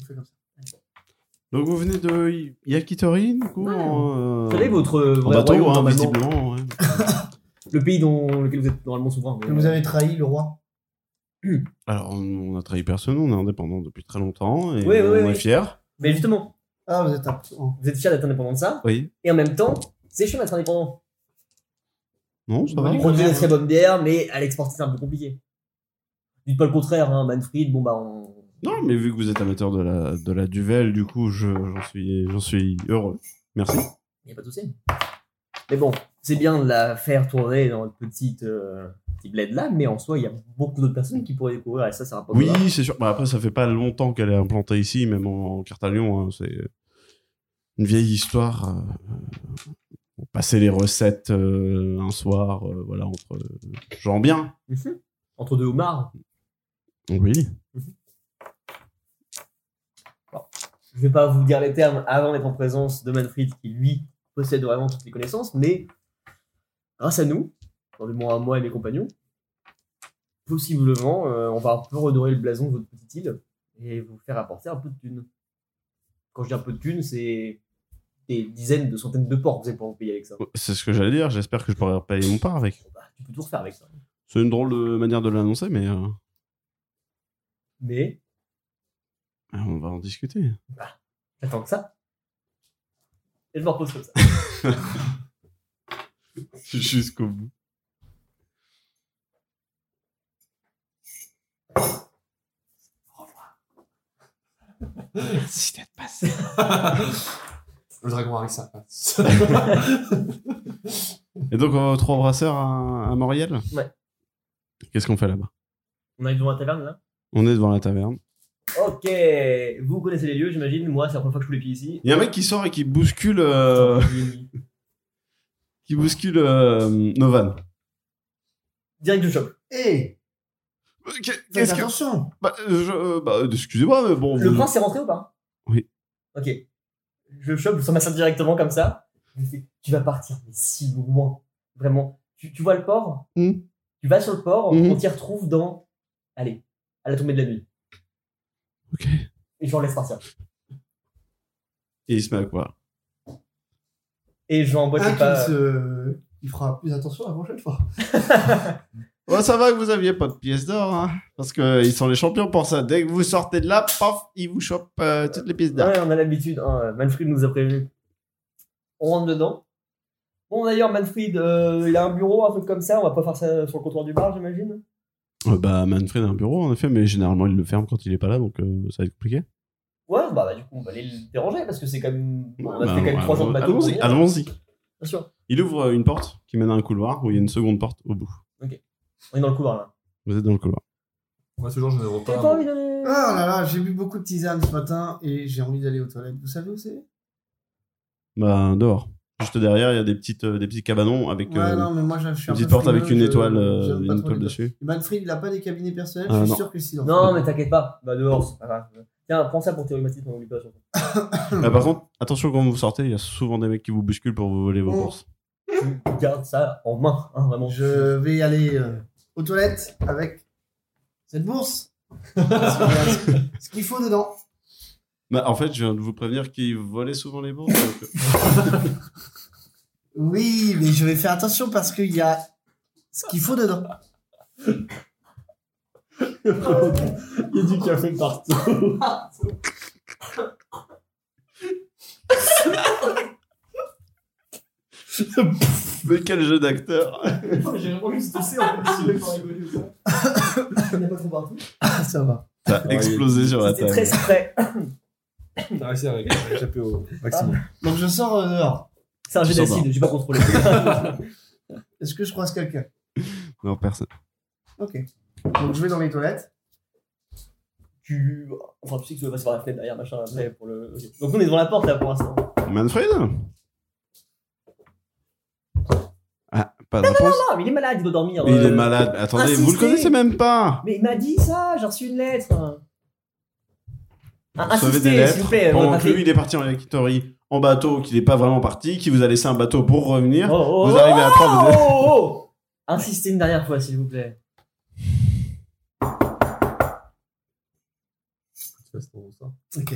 S5: On fait comme ça.
S1: Donc vous venez de Y- Yakitori, du coup
S2: Ouais.
S1: en, euh,
S2: Vous savez, votre euh,
S1: en
S2: vrai
S1: bateau,
S2: royaume,
S1: hein,
S2: normalement,
S1: visiblement. ouais.
S2: le pays dans lequel vous êtes normalement souverain. mais,
S5: Et vous
S2: euh,
S5: avez trahi le roi.
S1: Alors, on on a trahi personne, on est indépendant depuis très longtemps et
S2: Ouais, ouais,
S1: on
S2: ouais,
S1: est
S2: ouais.
S1: fiers.
S2: euh, Mais justement,
S5: Ah, vous êtes un. oh.
S2: vous êtes fier d'être indépendant de ça,
S1: Oui.
S2: et en même temps, c'est chiant d'être indépendant.
S1: Non, ça va.
S5: Oui.
S2: Produire des très bonnes bières, mais à l'exporter, c'est un peu compliqué. Dites pas le contraire, hein, Manfred, bon bah on.
S1: Non, mais vu que vous êtes amateur de la, de la Duvel, du coup, je- j'en suis, j'en suis heureux. Merci.
S2: Y a pas de souci. Mais bon, c'est bien de la faire tourner dans le petit, euh, petit bled là, mais en soi, il y a beaucoup d'autres personnes qui pourraient découvrir, et ça, ça rapporte.
S1: Oui,
S2: de l'argent.
S1: c'est sûr. Bah, après, ça fait pas longtemps qu'elle est implantée ici, même en, en Cartalion. hein, c'est une vieille histoire. euh, on passait les recettes euh, un soir, euh, voilà, entre euh, gens bien.
S2: Mhm. Entre deux homards,
S1: Oui.
S2: je vais pas vous dire les termes avant d'être en présence de Manfred, qui lui possède vraiment toutes les connaissances, mais grâce à nous, enfin, du moins à moi et mes compagnons, possiblement, euh, on va un peu redorer le blason de votre petite île et vous faire apporter un peu de thunes. Quand je dis un peu de thunes, c'est des dizaines de centaines de porcs que vous allez pouvoir vous payer avec ça.
S1: C'est ce que j'allais dire. J'espère que je pourrai payer mon part avec.
S2: Bah, tu peux tout refaire avec ça.
S1: C'est une drôle de manière de l'annoncer, mais euh,
S2: Mais
S1: on va en discuter.
S2: j'attends que ça. Et je me repose comme ça.
S1: Jusqu'au bout.
S3: Le dragon avec sa patte.
S1: Et donc, on va aux trois brasseurs à, à Moriel
S2: Ouais.
S1: Qu'est-ce qu'on fait là-bas
S2: On arrive devant la taverne là
S1: On est devant la taverne.
S2: Ok, vous connaissez les lieux, j'imagine. Moi, c'est la première fois que je vous les pieds ici.
S1: Il y a un mec qui sort et qui bouscule, euh, qui bouscule euh, Novan.
S2: Direct du choc.
S5: Hé Faites
S1: Qu'est-ce que.
S5: Eh, attention
S1: Bah, je- euh, bah, excusez-moi, mais bon.
S2: Le
S1: vous-
S2: prince est rentré ou pas
S1: Euh. Oui.
S2: Ok. Je chope sur ma salle directement comme ça. Je me fais, tu vas partir, mais si loin. Vraiment. Tu, tu vois le port
S1: Mhm.
S2: Tu vas sur le port,
S1: Mhm.
S2: on t'y retrouve dans. Allez, à la tombée de la nuit.
S1: Ok.
S2: Et je leur laisse partir.
S1: Et il se met à quoi
S2: Et je
S1: Ah,
S5: Un
S2: l'emboîte
S5: qui
S2: pas.
S5: se- qui fera plus attention la prochaine fois.
S1: Ouais, ça va que vous aviez pas de pièces d'or, hein. Parce qu'ils sont les champions pour ça. Dès que vous sortez de là, paf, ils vous chopent euh, toutes les pièces d'or.
S2: Ouais, on a l'habitude. hein, Manfred nous a prévenu. On rentre dedans. Bon, d'ailleurs, Manfred, euh, il a un bureau, un truc comme ça. On va pas faire ça sur le comptoir du bar, j'imagine.
S1: Euh, bah, Manfred a un bureau, en effet, mais généralement, il le ferme quand il est pas là, donc euh, ça va être compliqué.
S2: Ouais, bah, bah, du coup, on va aller le déranger parce que c'est quand même. On a
S1: Bah,
S2: fait quand même
S1: ouais,
S2: trois jours de bateau. pour
S5: hein.
S1: Allons-y,
S2: venir.
S1: allons-y.
S2: Bien sûr.
S1: Il ouvre euh, une porte qui mène à un couloir où il y a une seconde porte au bout.
S2: On est dans le couloir là.
S1: Vous êtes dans le couloir.
S3: Moi, toujours, je ne
S2: T'as
S3: repas.
S2: pas
S3: bon.
S2: envie d'aller
S5: Ah là là, j'ai bu beaucoup de tisane ce matin et j'ai envie d'aller aux toilettes. Vous savez où c'est
S1: Bah, dehors. Juste derrière, il y a des, petites, euh, des petits cabanons avec
S5: Ouais,
S1: euh,
S5: non, mais moi je suis
S1: une
S5: un peu
S1: petite porte avec
S5: frileux,
S1: une
S5: je-
S1: étoile, euh, une
S5: j'aime pas trop les
S1: étoile dessus.
S5: Et Manfred, il a pas des cabinets personnels,
S1: Ah,
S5: je suis
S1: non.
S5: sûr que si. dans-
S2: Non, mais t'inquiète pas. Bah, dehors, c'est pas grave. Tiens, prends ça pour tes rhumatismes, on oublie pas surtout.
S1: Ah, par contre, attention quand vous sortez, il y a souvent des mecs qui vous bousculent pour vous voler vos
S5: Oh.
S1: courses.
S2: Tu gardes ça en main, hein, vraiment.
S5: Je vais aller euh, aux toilettes avec cette bourse. Parce qu'il y a ce- ce qu'il faut dedans.
S1: Bah, en fait, je viens de vous prévenir qu'ils volaient souvent les bourses. donc, euh,
S5: Oui, mais je vais faire attention parce qu'il y a ce qu'il faut dedans.
S2: Il y a du café partout.
S1: Mais quel jeu d'acteur
S4: J'ai vraiment juste tossé en fait, je l'ai pas rigolé. ça. Il n'y a pas trop partout.
S5: Ça va.
S1: Ça a explosé sur la
S2: C'était
S1: table.
S2: très près.
S3: T'as réussi à ré- à réchapper au maximum.
S5: Donc je sors euh, dehors.
S2: C'est un
S1: Tu
S2: jet
S1: sors
S2: d'acide, j'ai pas contrôlé.
S5: Est-ce que je croise quelqu'un
S1: Non, personne.
S5: Ok. Donc je vais dans les toilettes.
S2: tu. Enfin, tu sais que tu veux passer par la fenêtre derrière, machin, après, pour le. ok. Donc, on est devant la porte là pour l'instant.
S1: Manfred Ah, pas de réponse.
S2: Non, mais il est malade, il doit dormir.
S1: Mais il
S2: euh.
S1: est malade. Attendez, vous le
S2: Insistez.
S1: connaissez même pas
S2: Mais il m'a dit ça, j'ai reçu une lettre. Un
S1: Vous recevez
S2: insistez,
S1: des
S2: s'il vous
S1: lettres.
S2: plaît, on
S1: pendant
S2: a
S1: que
S2: pas
S1: lui,
S2: fait-
S1: il est parti en Yakitori en bateau, qu'il n'est pas vraiment parti, qui vous a laissé un bateau pour revenir.
S2: Oh, oh,
S1: vous
S2: oh,
S1: arrivez à
S2: oh,
S1: trois. vous êtes-
S2: oh, oh. Insistez une dernière fois, s'il vous plaît.
S3: pas si ton ça.
S5: Ok.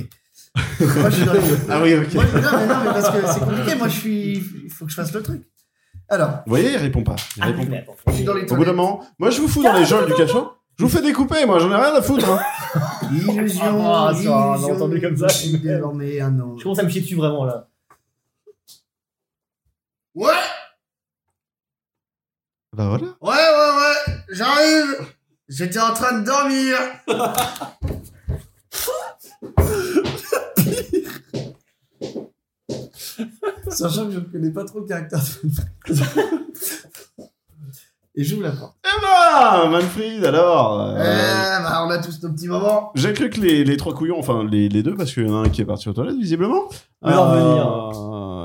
S5: Moi, je suis dans les deux.
S1: Ah oui, ok.
S5: Moi, je- non, mais non, mais parce que c'est compliqué. Moi, je suis. Il faut que je fasse le truc. Alors,
S1: Vous voyez, il répond pas. Il répond
S2: Ah,
S1: pas.
S5: je suis dans les
S1: Au bout d'un
S5: toilettes.
S1: moment, moi je vous fous dans les geôles du cachot. Je vous fais découper, moi j'en ai rien à foutre. hein.
S5: Illusion.
S2: Ah, Oh, ça, on a
S5: illusion,
S2: entendu comme ça.
S5: Désormais, un an.
S2: Je commence à me chier dessus vraiment là.
S4: Ouais,
S1: Bah voilà.
S5: Ouais, ouais, ouais, j'arrive. J'étais en train de dormir. Sachant que je ne connais pas trop le caractère de Et j'ouvre la porte.
S1: Eh ben, Manfred, alors. euh,
S5: Eh, bah, on a tous nos petits moments.
S1: J'ai cru que les, les trois couillons, enfin les, les deux, parce qu'il y en a un qui est parti aux toilettes visiblement,
S2: Mais leur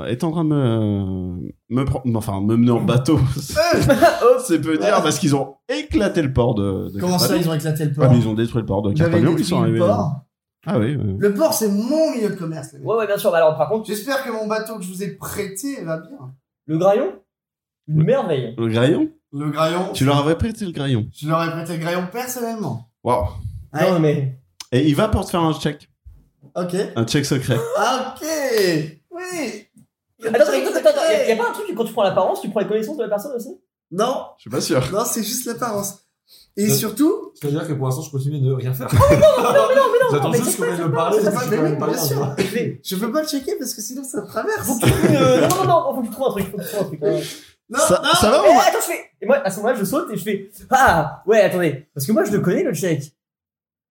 S1: euh, est en train de me, me prendre, enfin me mener en bateau. C'est peu dire parce qu'ils ont éclaté le port de. de
S5: Comment ça,
S1: Carpagnon.
S5: ils ont éclaté le port
S1: Ah, mais ils ont détruit le port de
S5: Vous avez
S1: Carpagnon, ils
S5: détruit
S1: sont
S5: le
S1: arrivés.
S5: port.
S1: Ah oui. oui.
S5: Le port, c'est mon milieu de commerce. les mecs.
S2: Ouais, ouais, bien sûr. Bah alors, par contre,
S5: J'espère que mon bateau que je vous ai prêté va bien.
S2: le graillon, une merveille.
S1: Le graillon
S5: Le graillon.
S1: Tu leur avais prêté le graillon.
S5: Je leur ai prêté le graillon personnellement.
S1: Waouh.
S5: Ouais.
S2: Non, mais.
S1: Et il va pour te faire un check,
S5: Ok.
S1: un check secret.
S5: Ah, ok Oui
S2: Attends, attends, attends, attends, y a- y a pas un truc que quand tu prends l'apparence, tu prends les connaissances de la personne aussi
S5: Non,
S1: Je suis pas sûr.
S5: non, c'est juste l'apparence. Et
S3: Euh,
S5: surtout,
S3: C'est-à-dire que pour l'instant, je continue de rien faire.
S2: Oh, Non, mais non, mais non
S3: J'attends
S2: mais
S3: juste
S2: c'est
S3: qu'on
S2: pas-
S3: vienne
S2: c'est
S3: me
S2: pas-
S3: parler.
S2: c'est
S5: c'est
S2: pas-
S5: pas le
S3: je vais
S5: même,
S3: parler
S5: bien
S3: en
S5: sûr.
S3: droit.
S2: Mais-
S5: Ah, Je peux pas le checker parce que sinon ça me traverse.
S2: Faut que tu trouves, euh, Non, non, non, non, faut que tu trouves un truc, faut que tu trouves un truc. hein. ouais.
S5: Non,
S1: ça,
S5: non
S1: ça va
S2: Eh,
S1: ou
S2: attends, je fais. Et moi, à ce moment-là, je saute et je fais. Ah, ouais, attendez. Parce que moi, je le connais, le check.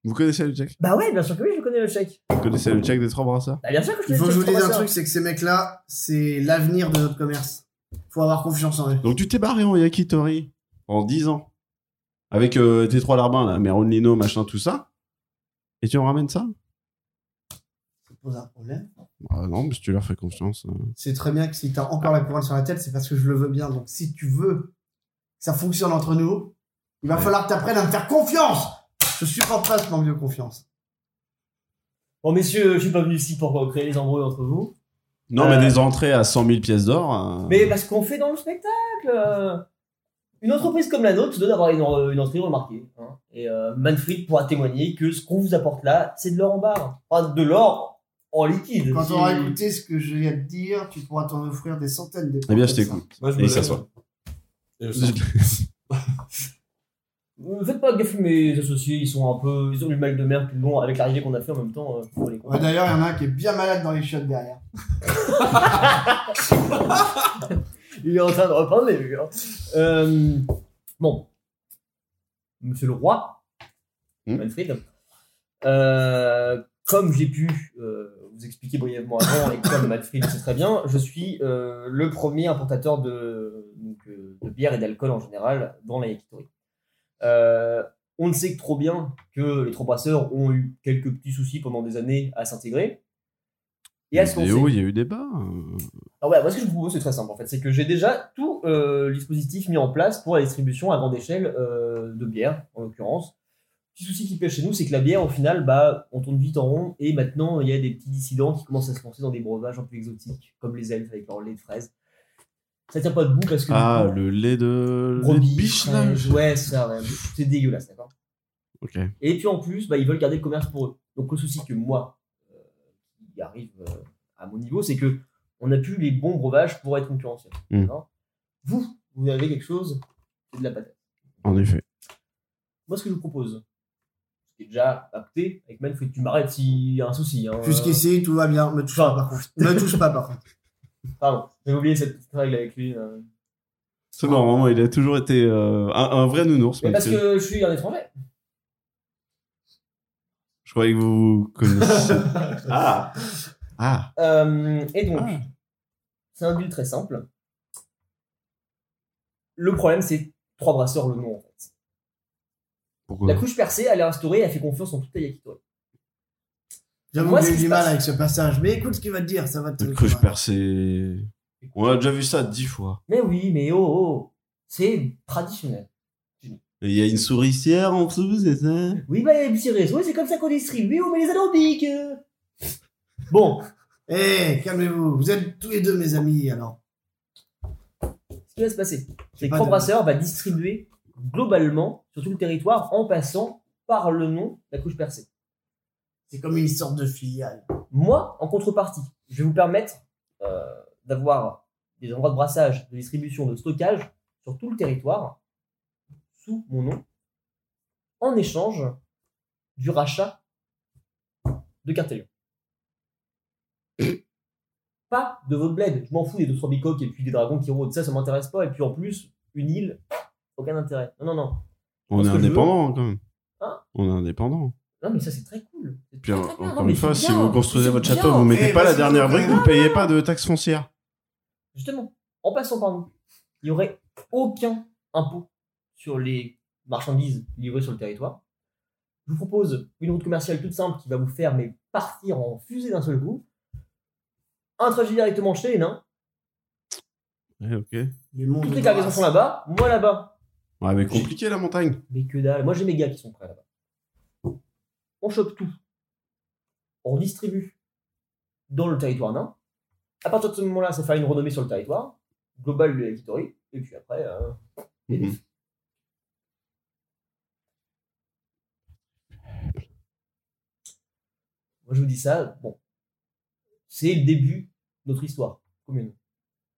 S1: Vous connaissez le check
S2: Bah ouais, bien sûr que oui, je connais le check.
S1: Vous connaissez le check des trois brasseurs
S2: Bah bien sûr que je connais
S5: Il faut que
S2: le
S5: je vous
S2: check.
S5: dise un
S2: Thomas
S5: truc, c'est que ces mecs-là, c'est l'avenir de notre commerce. Faut avoir confiance en eux.
S1: Donc tu t'es barré en Yakitori en 10 ans. Avec euh, tes trois larbins, là, Meron Lino, machin, tout ça. Et tu en ramènes ça
S5: Ça pose un problème.
S1: Bah non, parce que tu leur fais confiance. euh.
S5: C'est très bien que si t'as encore la couronne sur la tête, c'est parce que je le veux bien. Donc si tu veux que ça fonctionne entre nous, il va
S1: Ouais.
S5: falloir que t'apprennes à me faire confiance. Je supporte pas ce manque de confiance.
S2: Bon, messieurs, je suis pas venu ici pour euh, créer les embrouilles entre vous.
S1: Non,
S2: Euh.
S1: mais des entrées à 100 000 pièces d'or. euh,
S2: Mais parce qu'on fait dans le spectacle. euh, Une entreprise comme la nôtre se donne d'avoir une, re- une entrée remarquée. hein. Et euh, Manfred pourra témoigner que ce qu'on vous apporte là, c'est de l'or en barre. Enfin, de l'or en liquide.
S5: Quand
S2: Si-
S5: t'auras écouté ce que je viens de dire, tu pourras t'en offrir des centaines de
S1: Eh bien, je t'écoute.
S3: Moi, je
S1: Et
S3: me
S1: il
S3: lève.
S1: s'assoit.
S3: Et je sors.
S2: Euh, Faites pas gaffe, mes associés, ils sont un peu. Ils ont du mal de mer tout le long avec l'arrivée qu'on a fait en même temps. euh, faut les
S5: Ouais, D'ailleurs, il y en a un qui est bien malade dans les chiottes derrière.
S2: Il est en train de reprendre les vues. hein. Euh, bon. Monsieur le roi,
S1: Hmm.
S2: Manfred, euh, comme j'ai pu euh, vous expliquer brièvement avant, et comme Manfred le sait très bien, je suis euh, le premier importateur de, donc, euh, de bière et d'alcool en général dans la Yakitori. Euh, on ne sait que trop bien que les trois brasseurs ont eu quelques petits soucis pendant des années à s'intégrer.
S1: Il
S2: Et
S1: y
S2: à
S1: a
S2: ce
S1: eu
S2: qu'on
S1: des
S2: sait-
S1: hauts, il y a eu des bas. euh.
S2: alors voilà, Ah moi ce que je vous propose, c'est très simple en fait. C'est que j'ai déjà tout euh, le dispositif mis en place pour la distribution à grande échelle euh, de bière, en l'occurrence. Le petit souci qui pêche chez nous, c'est que la bière, au final, bah, on tourne vite en rond et maintenant il y a des petits dissidents qui commencent à se lancer dans des breuvages un peu exotiques, comme les elfes avec leur lait de fraise. Ça tient pas debout parce que. du
S1: Ah,
S2: coup,
S1: le lait de. lait de
S2: brebis,
S1: biche, là.
S2: fraise, Ouais, ça, ouais, c'est dégueulasse, d'accord
S1: Ok.
S2: et puis en plus, bah, ils veulent garder le commerce pour eux. Donc le souci que moi, euh, qui arrive euh, à mon niveau, c'est que on n'a plus les bons breuvages pour être concurrentiel.
S1: Mm.
S2: D'accord Vous, vous avez quelque chose, c'est de la patate.
S1: En effet.
S2: Moi, ce que je vous propose, c'est déjà pacté avec Manfred. Tu m'arrêtes s'il y a un souci. hein.
S5: Euh, Jusqu'ici, tout va bien. Me touche pas, par contre. Me touche pas, par contre.
S2: Pardon, j'avais Euh, oublié cette petite règle avec lui. euh.
S1: C'est marrant, il a toujours été euh, un, un vrai nounours.
S2: Mais parce
S1: Mathieu.
S2: que je suis un étranger.
S1: Je croyais que vous vous connaissiez. ah Ah
S2: Euh, et donc,
S1: Ah.
S2: c'est un deal très simple. Le problème, c'est trois brasseurs le nom en fait.
S1: Pourquoi
S2: La cruche percée, elle est instaurée, elle fait confiance en toute la yakitori.
S5: J'avoue
S2: Moi,
S5: que
S2: ce
S5: j'ai
S2: qui
S5: du
S2: se
S5: mal
S2: passe-
S5: avec ce passage, mais écoute ce qu'il va te dire, ça va te.
S2: Mmh,
S1: Une cruche percée. On a déjà vu ça dix fois.
S2: Mais oui, mais oh, oh c'est traditionnel.
S1: Et Il y a une souricière en dessous, c'est ça
S2: Oui, bah, les petits réseaux, c'est comme ça qu'on distribue, mais on met les alambics. euh. Bon,
S5: Eh, calmez-vous, vous êtes tous les deux mes amis, alors.
S2: ce qui va se passer, c'est que
S5: pas
S2: Franck
S5: de-
S2: Brasseur va distribuer globalement sur tout le territoire en passant par le nom de la couche percée.
S5: C'est comme une sorte de filiale.
S2: Moi, en contrepartie, je vais vous permettre euh, d'avoir des endroits de brassage, de distribution, de stockage sur tout le territoire, sous mon nom, en échange du rachat de Cartelion. pas de votre bled. Je m'en fous des 2-3 bicoques et puis des dragons qui rôdent. Ça, ça m'intéresse pas. Et puis en plus, une île, aucun intérêt. Non, non, non.
S1: On est
S2: Parce que je veux-
S1: indépendant, quand même.
S2: Hein
S1: On est indépendant.
S2: Non, mais ça, c'est très cool. C'est
S1: Puis,
S2: très,
S1: en-
S2: très bien.
S1: encore
S2: Non, mais
S1: une fois,
S2: c'est
S1: si
S2: bien.
S1: vous construisez
S2: C'est
S1: votre
S2: bien.
S1: château, vous mettez
S5: Eh,
S1: pas
S5: bah,
S1: la
S5: c'est
S1: dernière
S5: normal.
S1: brique, vous payez pas Ah, de taxes foncières.
S2: Justement, en passant par nous, il n'y aurait aucun impôt sur les marchandises livrées sur le territoire. Je vous propose une route commerciale toute simple qui va vous faire mais partir en fusée d'un seul coup. Un trajet directement chez les nains.
S1: Ouais, ok.
S5: Les mondes
S2: Toutes
S5: de
S2: les cargaisons
S5: race.
S2: sont là-bas, moi là-bas.
S1: Ouais, mais compliqué la montagne.
S2: Mais que dalle, moi j'ai mes gars qui sont prêts là-bas. On chope tout. On distribue dans le territoire nain. À partir de ce moment-là, ça fait une renommée sur le territoire, global de la Victorie. Et puis après, euh,
S1: Mhm.
S2: Moi, je vous dis ça, bon. C'est le début de notre histoire commune.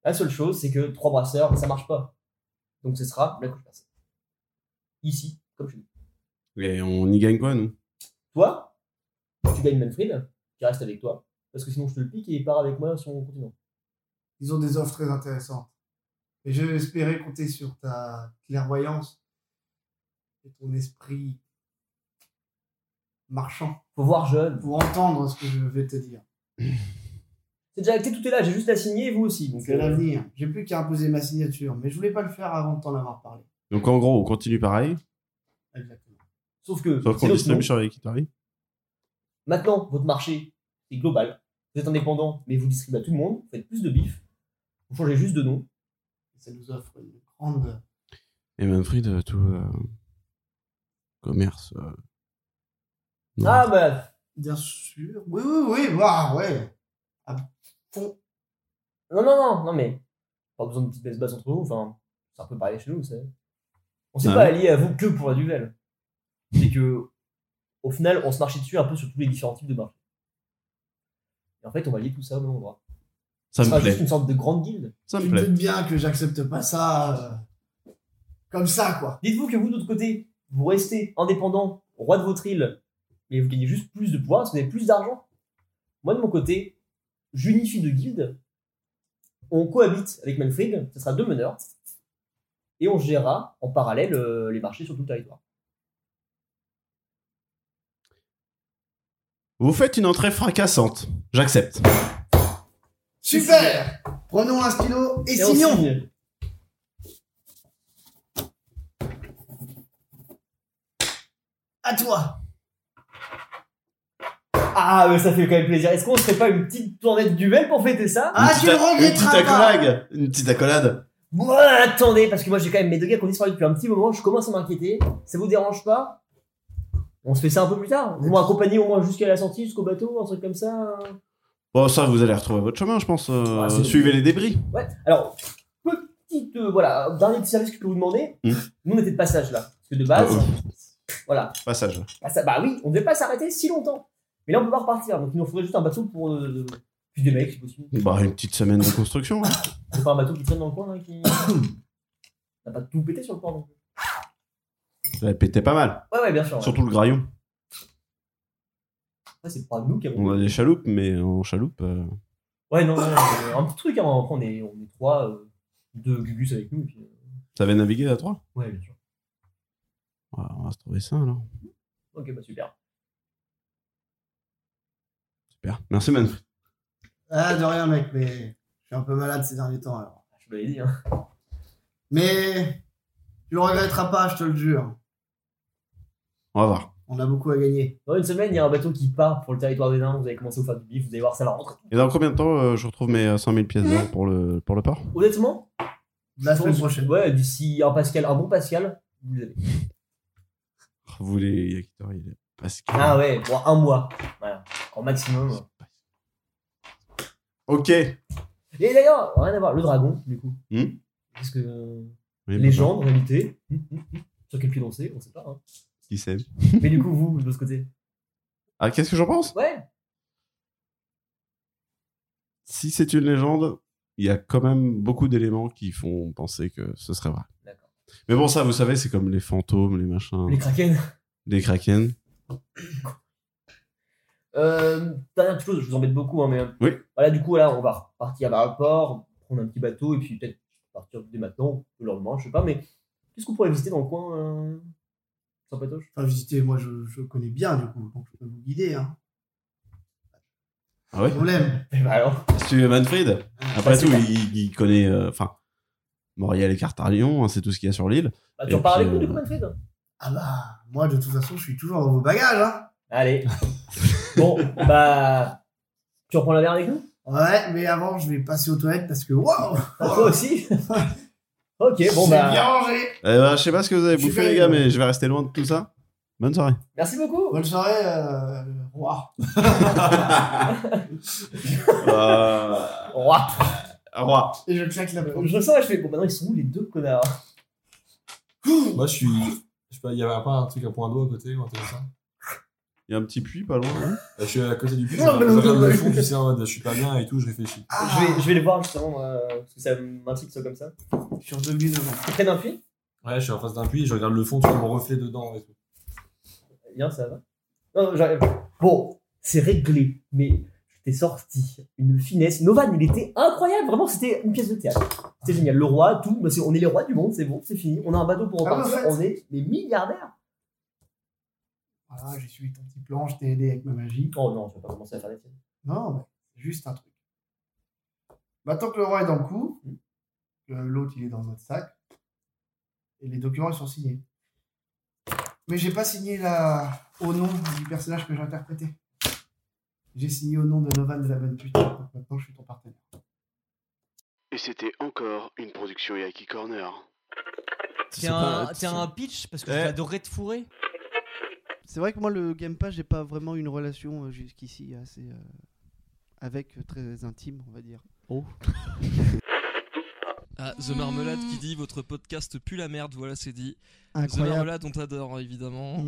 S2: La seule chose, c'est que trois brasseurs, ça marche pas. Donc, ce sera la couche passée. Ici, comme je dis.
S1: Et on y gagne quoi, nous
S2: Toi, tu gagnes Manfred, qui reste avec toi. Parce que sinon, je te le pique et il part avec moi sur mon continent.
S5: Ils ont des offres très intéressantes. Et je espérais compter sur ta clairvoyance et ton esprit marchand
S2: Faut voir jeune.
S5: pour entendre ce que je vais te dire.
S2: C'est déjà acté, tout est là, j'ai juste à signer et vous aussi. Donc,
S5: C'est
S2: euh,
S5: l'avenir. J'ai plus qu'à imposer ma signature, mais je voulais pas le faire avant de t'en avoir parlé.
S1: Donc en gros, on continue pareil,
S5: Exactement.
S2: sauf que,
S1: sauf
S2: c'est
S1: qu'on
S2: notre
S1: distribue
S2: nom.
S1: sur les Kitari.
S2: maintenant, votre marché est global. Vous êtes indépendant, mais vous distribuez à tout le monde. Vous faites plus de bif. Vous changez juste de nom.
S5: Et ça nous offre une grande.
S1: Et Manfred, euh, tout euh, commerce. euh, non.
S2: Ah, bah,
S5: Bien sûr. Oui, oui, oui, bah ouais.
S2: Non, non, non, non, mais pas besoin de petites baisse basse entre vous. Enfin, ça peut parler chez nous, vous savez. On s'est
S1: Ah
S2: pas
S1: oui.
S2: allié à vous que pour la duel. C'est que, au final, on se marchait dessus un peu sur tous les différents types de marchés. Et en fait, on va lier tout ça au même endroit.
S1: ça
S2: Ce
S1: me
S2: sera juste
S1: plaît.
S2: une sorte de grande guilde.
S1: Ça
S5: Tu
S1: me
S5: me
S1: plaît.
S5: doutes bien que j'accepte pas ça euh, comme ça, quoi.
S2: Dites-vous que vous, de l'autre côté, vous restez indépendant, roi de votre île, mais vous gagnez juste plus de pouvoir parce que vous avez plus d'argent. Moi, de mon côté, j'unifie de guildes, on cohabite avec Manfred, ce sera deux meneurs, et on gérera en parallèle euh, les marchés sur tout le territoire.
S1: Vous faites une entrée fracassante. J'accepte.
S5: Super Prenons un stylo et,
S2: Et on
S5: signons
S2: signe.
S5: À toi
S2: Ah, mais ça fait quand même plaisir. Est-ce qu'on se ferait pas une petite tournée de duel pour fêter ça
S5: Ah,
S1: Une
S5: tu
S1: petite-
S5: le
S1: Une petite
S5: regretteras pas
S1: accolade Une petite accolade
S2: Bon, attendez, parce que moi j'ai quand même mes deux gars qui ont disparu depuis un petit moment, je commence à m'inquiéter. Ça vous dérange pas On se fait ça un peu plus tard. Vous m'accompagnez au moins jusqu'à la sortie, jusqu'au bateau, un truc comme ça. euh.
S1: Bon, ça, vous allez retrouver votre chemin, je pense. euh,
S2: Ah, c'est-
S1: suivez les débris.
S2: Ouais. Alors, petite, euh, voilà, dernier petit service que je peux vous demander.
S1: Mhm.
S2: Nous on était de passage là, parce que de base,
S1: Ah,
S2: voilà,
S1: Passage.
S2: bah, ça- bah oui, on devait pas s'arrêter si longtemps. Mais là on peut pas repartir, donc il nous faudrait juste un bateau pour euh, puis des mecs, si possible.
S1: Bah, une petite semaine de construction. hein.
S2: C'est pas un bateau qui traîne dans le coin là, qui. On a pas tout pété sur le port non plus.
S1: Ça a pété pas mal.
S2: Ouais, ouais, bien sûr. ouais.
S1: Surtout le graillon.
S2: Après, c'est pas nous qui avons.
S1: On a des chaloupes, mais en chaloupe. euh,
S2: Ouais, non, non, euh, un petit truc, hein. après on est, on est trois, euh, deux Gugus avec nous, et puis. euh,
S1: Ça va naviguer à trois
S2: Ouais, bien sûr.
S1: Ouais, On va se trouver ça alors.
S2: Ok, bah super.
S1: Super. Merci Manfred.
S5: Ah, de rien, mec, mais je suis un peu malade ces derniers temps, alors.
S2: Je vous l'avais dit, hein.
S5: Mais tu le regretteras pas, je te le jure.
S1: On va voir.
S5: On a beaucoup à gagner.
S2: Dans une semaine, il y a un bateau qui part pour le territoire des nains, vous allez commencer à vous faire du bif, vous allez voir, ça va rentrer.
S1: Et dans combien de temps euh, je retrouve mes euh, 100 000 pièces d'or pour le, pour le port
S2: Honnêtement,
S5: La
S2: je
S5: semaine
S2: pense-
S5: prochaine.
S2: Ouais, d'ici un Pascal, un bon Pascal, vous l'avez.
S1: Ah, Vous les Yakitori, les Pascal.
S2: Ah ouais, pour un mois. Voilà, en maximum.
S1: Ok.
S2: Et d'ailleurs, rien à voir, le dragon, du coup.
S1: Hmm.
S2: Parce que. euh,
S1: Oui,
S2: Légende, en réalité. Hum, hum, hum. Sur quel pied danser, on sait pas. hein.
S1: Qui sait
S2: Mais du coup, vous, de l'autre côté.
S1: Ah, qu'est-ce que j'en pense
S2: Ouais.
S1: Si c'est une légende, il y a quand même beaucoup d'éléments qui font penser que ce serait vrai.
S2: D'accord.
S1: Mais bon, ça, vous savez, c'est comme les fantômes, les machins,
S2: Les
S1: les, kraken.
S2: kraken. Euh, dernière petite chose, je vous embête beaucoup, hein, mais. euh,
S1: Oui.
S2: Voilà, du coup, là, on va repartir vers le port, prendre un petit bateau, et puis peut-être partir dès maintenant, ou le lendemain, je sais pas, mais qu'est-ce qu'on pourrait visiter dans le coin, euh... Saint-Patoche
S5: Enfin, visiter, moi, je, je connais bien, du coup, donc je peux vous guider. Hein.
S1: Ah ouais
S5: Problème.
S2: Eh ben alors.
S1: Tu es Manfred
S5: Ah,
S1: Après tout, il, il connaît. euh, Enfin, Moriel et Cartarion, hein, c'est tout ce qu'il y a sur l'île.
S2: Bah,
S1: Et
S2: tu repars
S1: puis,
S2: avec nous, du
S1: euh,
S2: coup, Manfred
S5: Ah bah, moi, de toute façon, je suis toujours dans vos bagages, hein.
S2: Allez. bon, bah. Tu reprends la verre avec nous
S5: Ouais, mais avant, je vais passer aux toilettes parce que, waouh
S2: Ah, Toi aussi Ok, bon,
S4: C'est
S2: bah.
S4: bien rangé.
S1: Eh ben, je sais pas ce que vous avez
S5: Je suis
S1: bouffé, les
S5: fait,
S1: gars,
S5: euh,
S1: mais je vais rester loin de tout ça. Bonne soirée.
S2: Merci beaucoup
S5: Bonne soirée, euh, le roi.
S1: Euh,
S2: Ouah.
S1: Roi.
S5: Et je claque la porte.
S2: Je ressens, je fais, bon, maintenant, ils sont où les deux connards
S3: Moi, je suis. Je sais pas, il y avait pas un truc à point d'eau à côté ou un truc comme ça
S1: Il y a un petit puits pas loin. hein.
S3: Je suis à côté du puits, je
S5: Non,
S3: regarde
S5: mais non,
S3: je regarde
S5: non,
S3: le
S5: non.
S3: fond, tu sais, en mode je suis pas bien et tout, je réfléchis.
S5: Ah,
S2: je, vais, je vais les voir, justement, moi, parce que ça m'intrigue, ça, comme ça.
S5: je suis en 2009.
S2: Tu près d'un puits
S3: Ouais, je suis en face d'un puits, je regarde le fond, tu vois mon reflet dedans et tout.
S2: Bien, ça va. Non, non, j'arrive. Bon, c'est réglé, mais je t'ai sorti une finesse. Novan, il était incroyable, vraiment, c'était une pièce de théâtre. C'était génial. Le roi, tout, bah, c'est- on est les rois du monde, c'est bon, c'est fini. On a un bateau pour
S5: Ah,
S2: repartir,
S5: mais en fait-
S2: on est les milliardaires.
S5: Voilà, j'ai suivi ton petit plan, je t'ai aidé avec ma magie.
S2: Oh non, je vais pas commencer à faire des tiennes.
S5: Non, mais c'est juste un truc. Maintenant que le roi est dans le coup, que l'autre il est dans notre sac, et les documents ils sont signés. Mais j'ai pas signé la... au nom du personnage que j'ai interprété. J'ai signé au nom de Novan de la bonne pute. Donc maintenant je suis ton partenaire.
S8: Et c'était encore une production Yaki Corner.
S1: C'est
S9: T'es un,
S1: pas-
S9: t'es un pitch parce que
S1: Eh.
S9: j'adorerais te fourrer.
S10: C'est vrai que moi, le Game Pass, j'ai pas vraiment une relation euh, jusqu'ici assez. euh, avec euh, très intime, on va dire.
S9: Ah, The Marmelade qui dit votre podcast pue la merde, voilà c'est dit. The
S10: Incroyable.
S9: Marmelade, on t'adore hein, évidemment.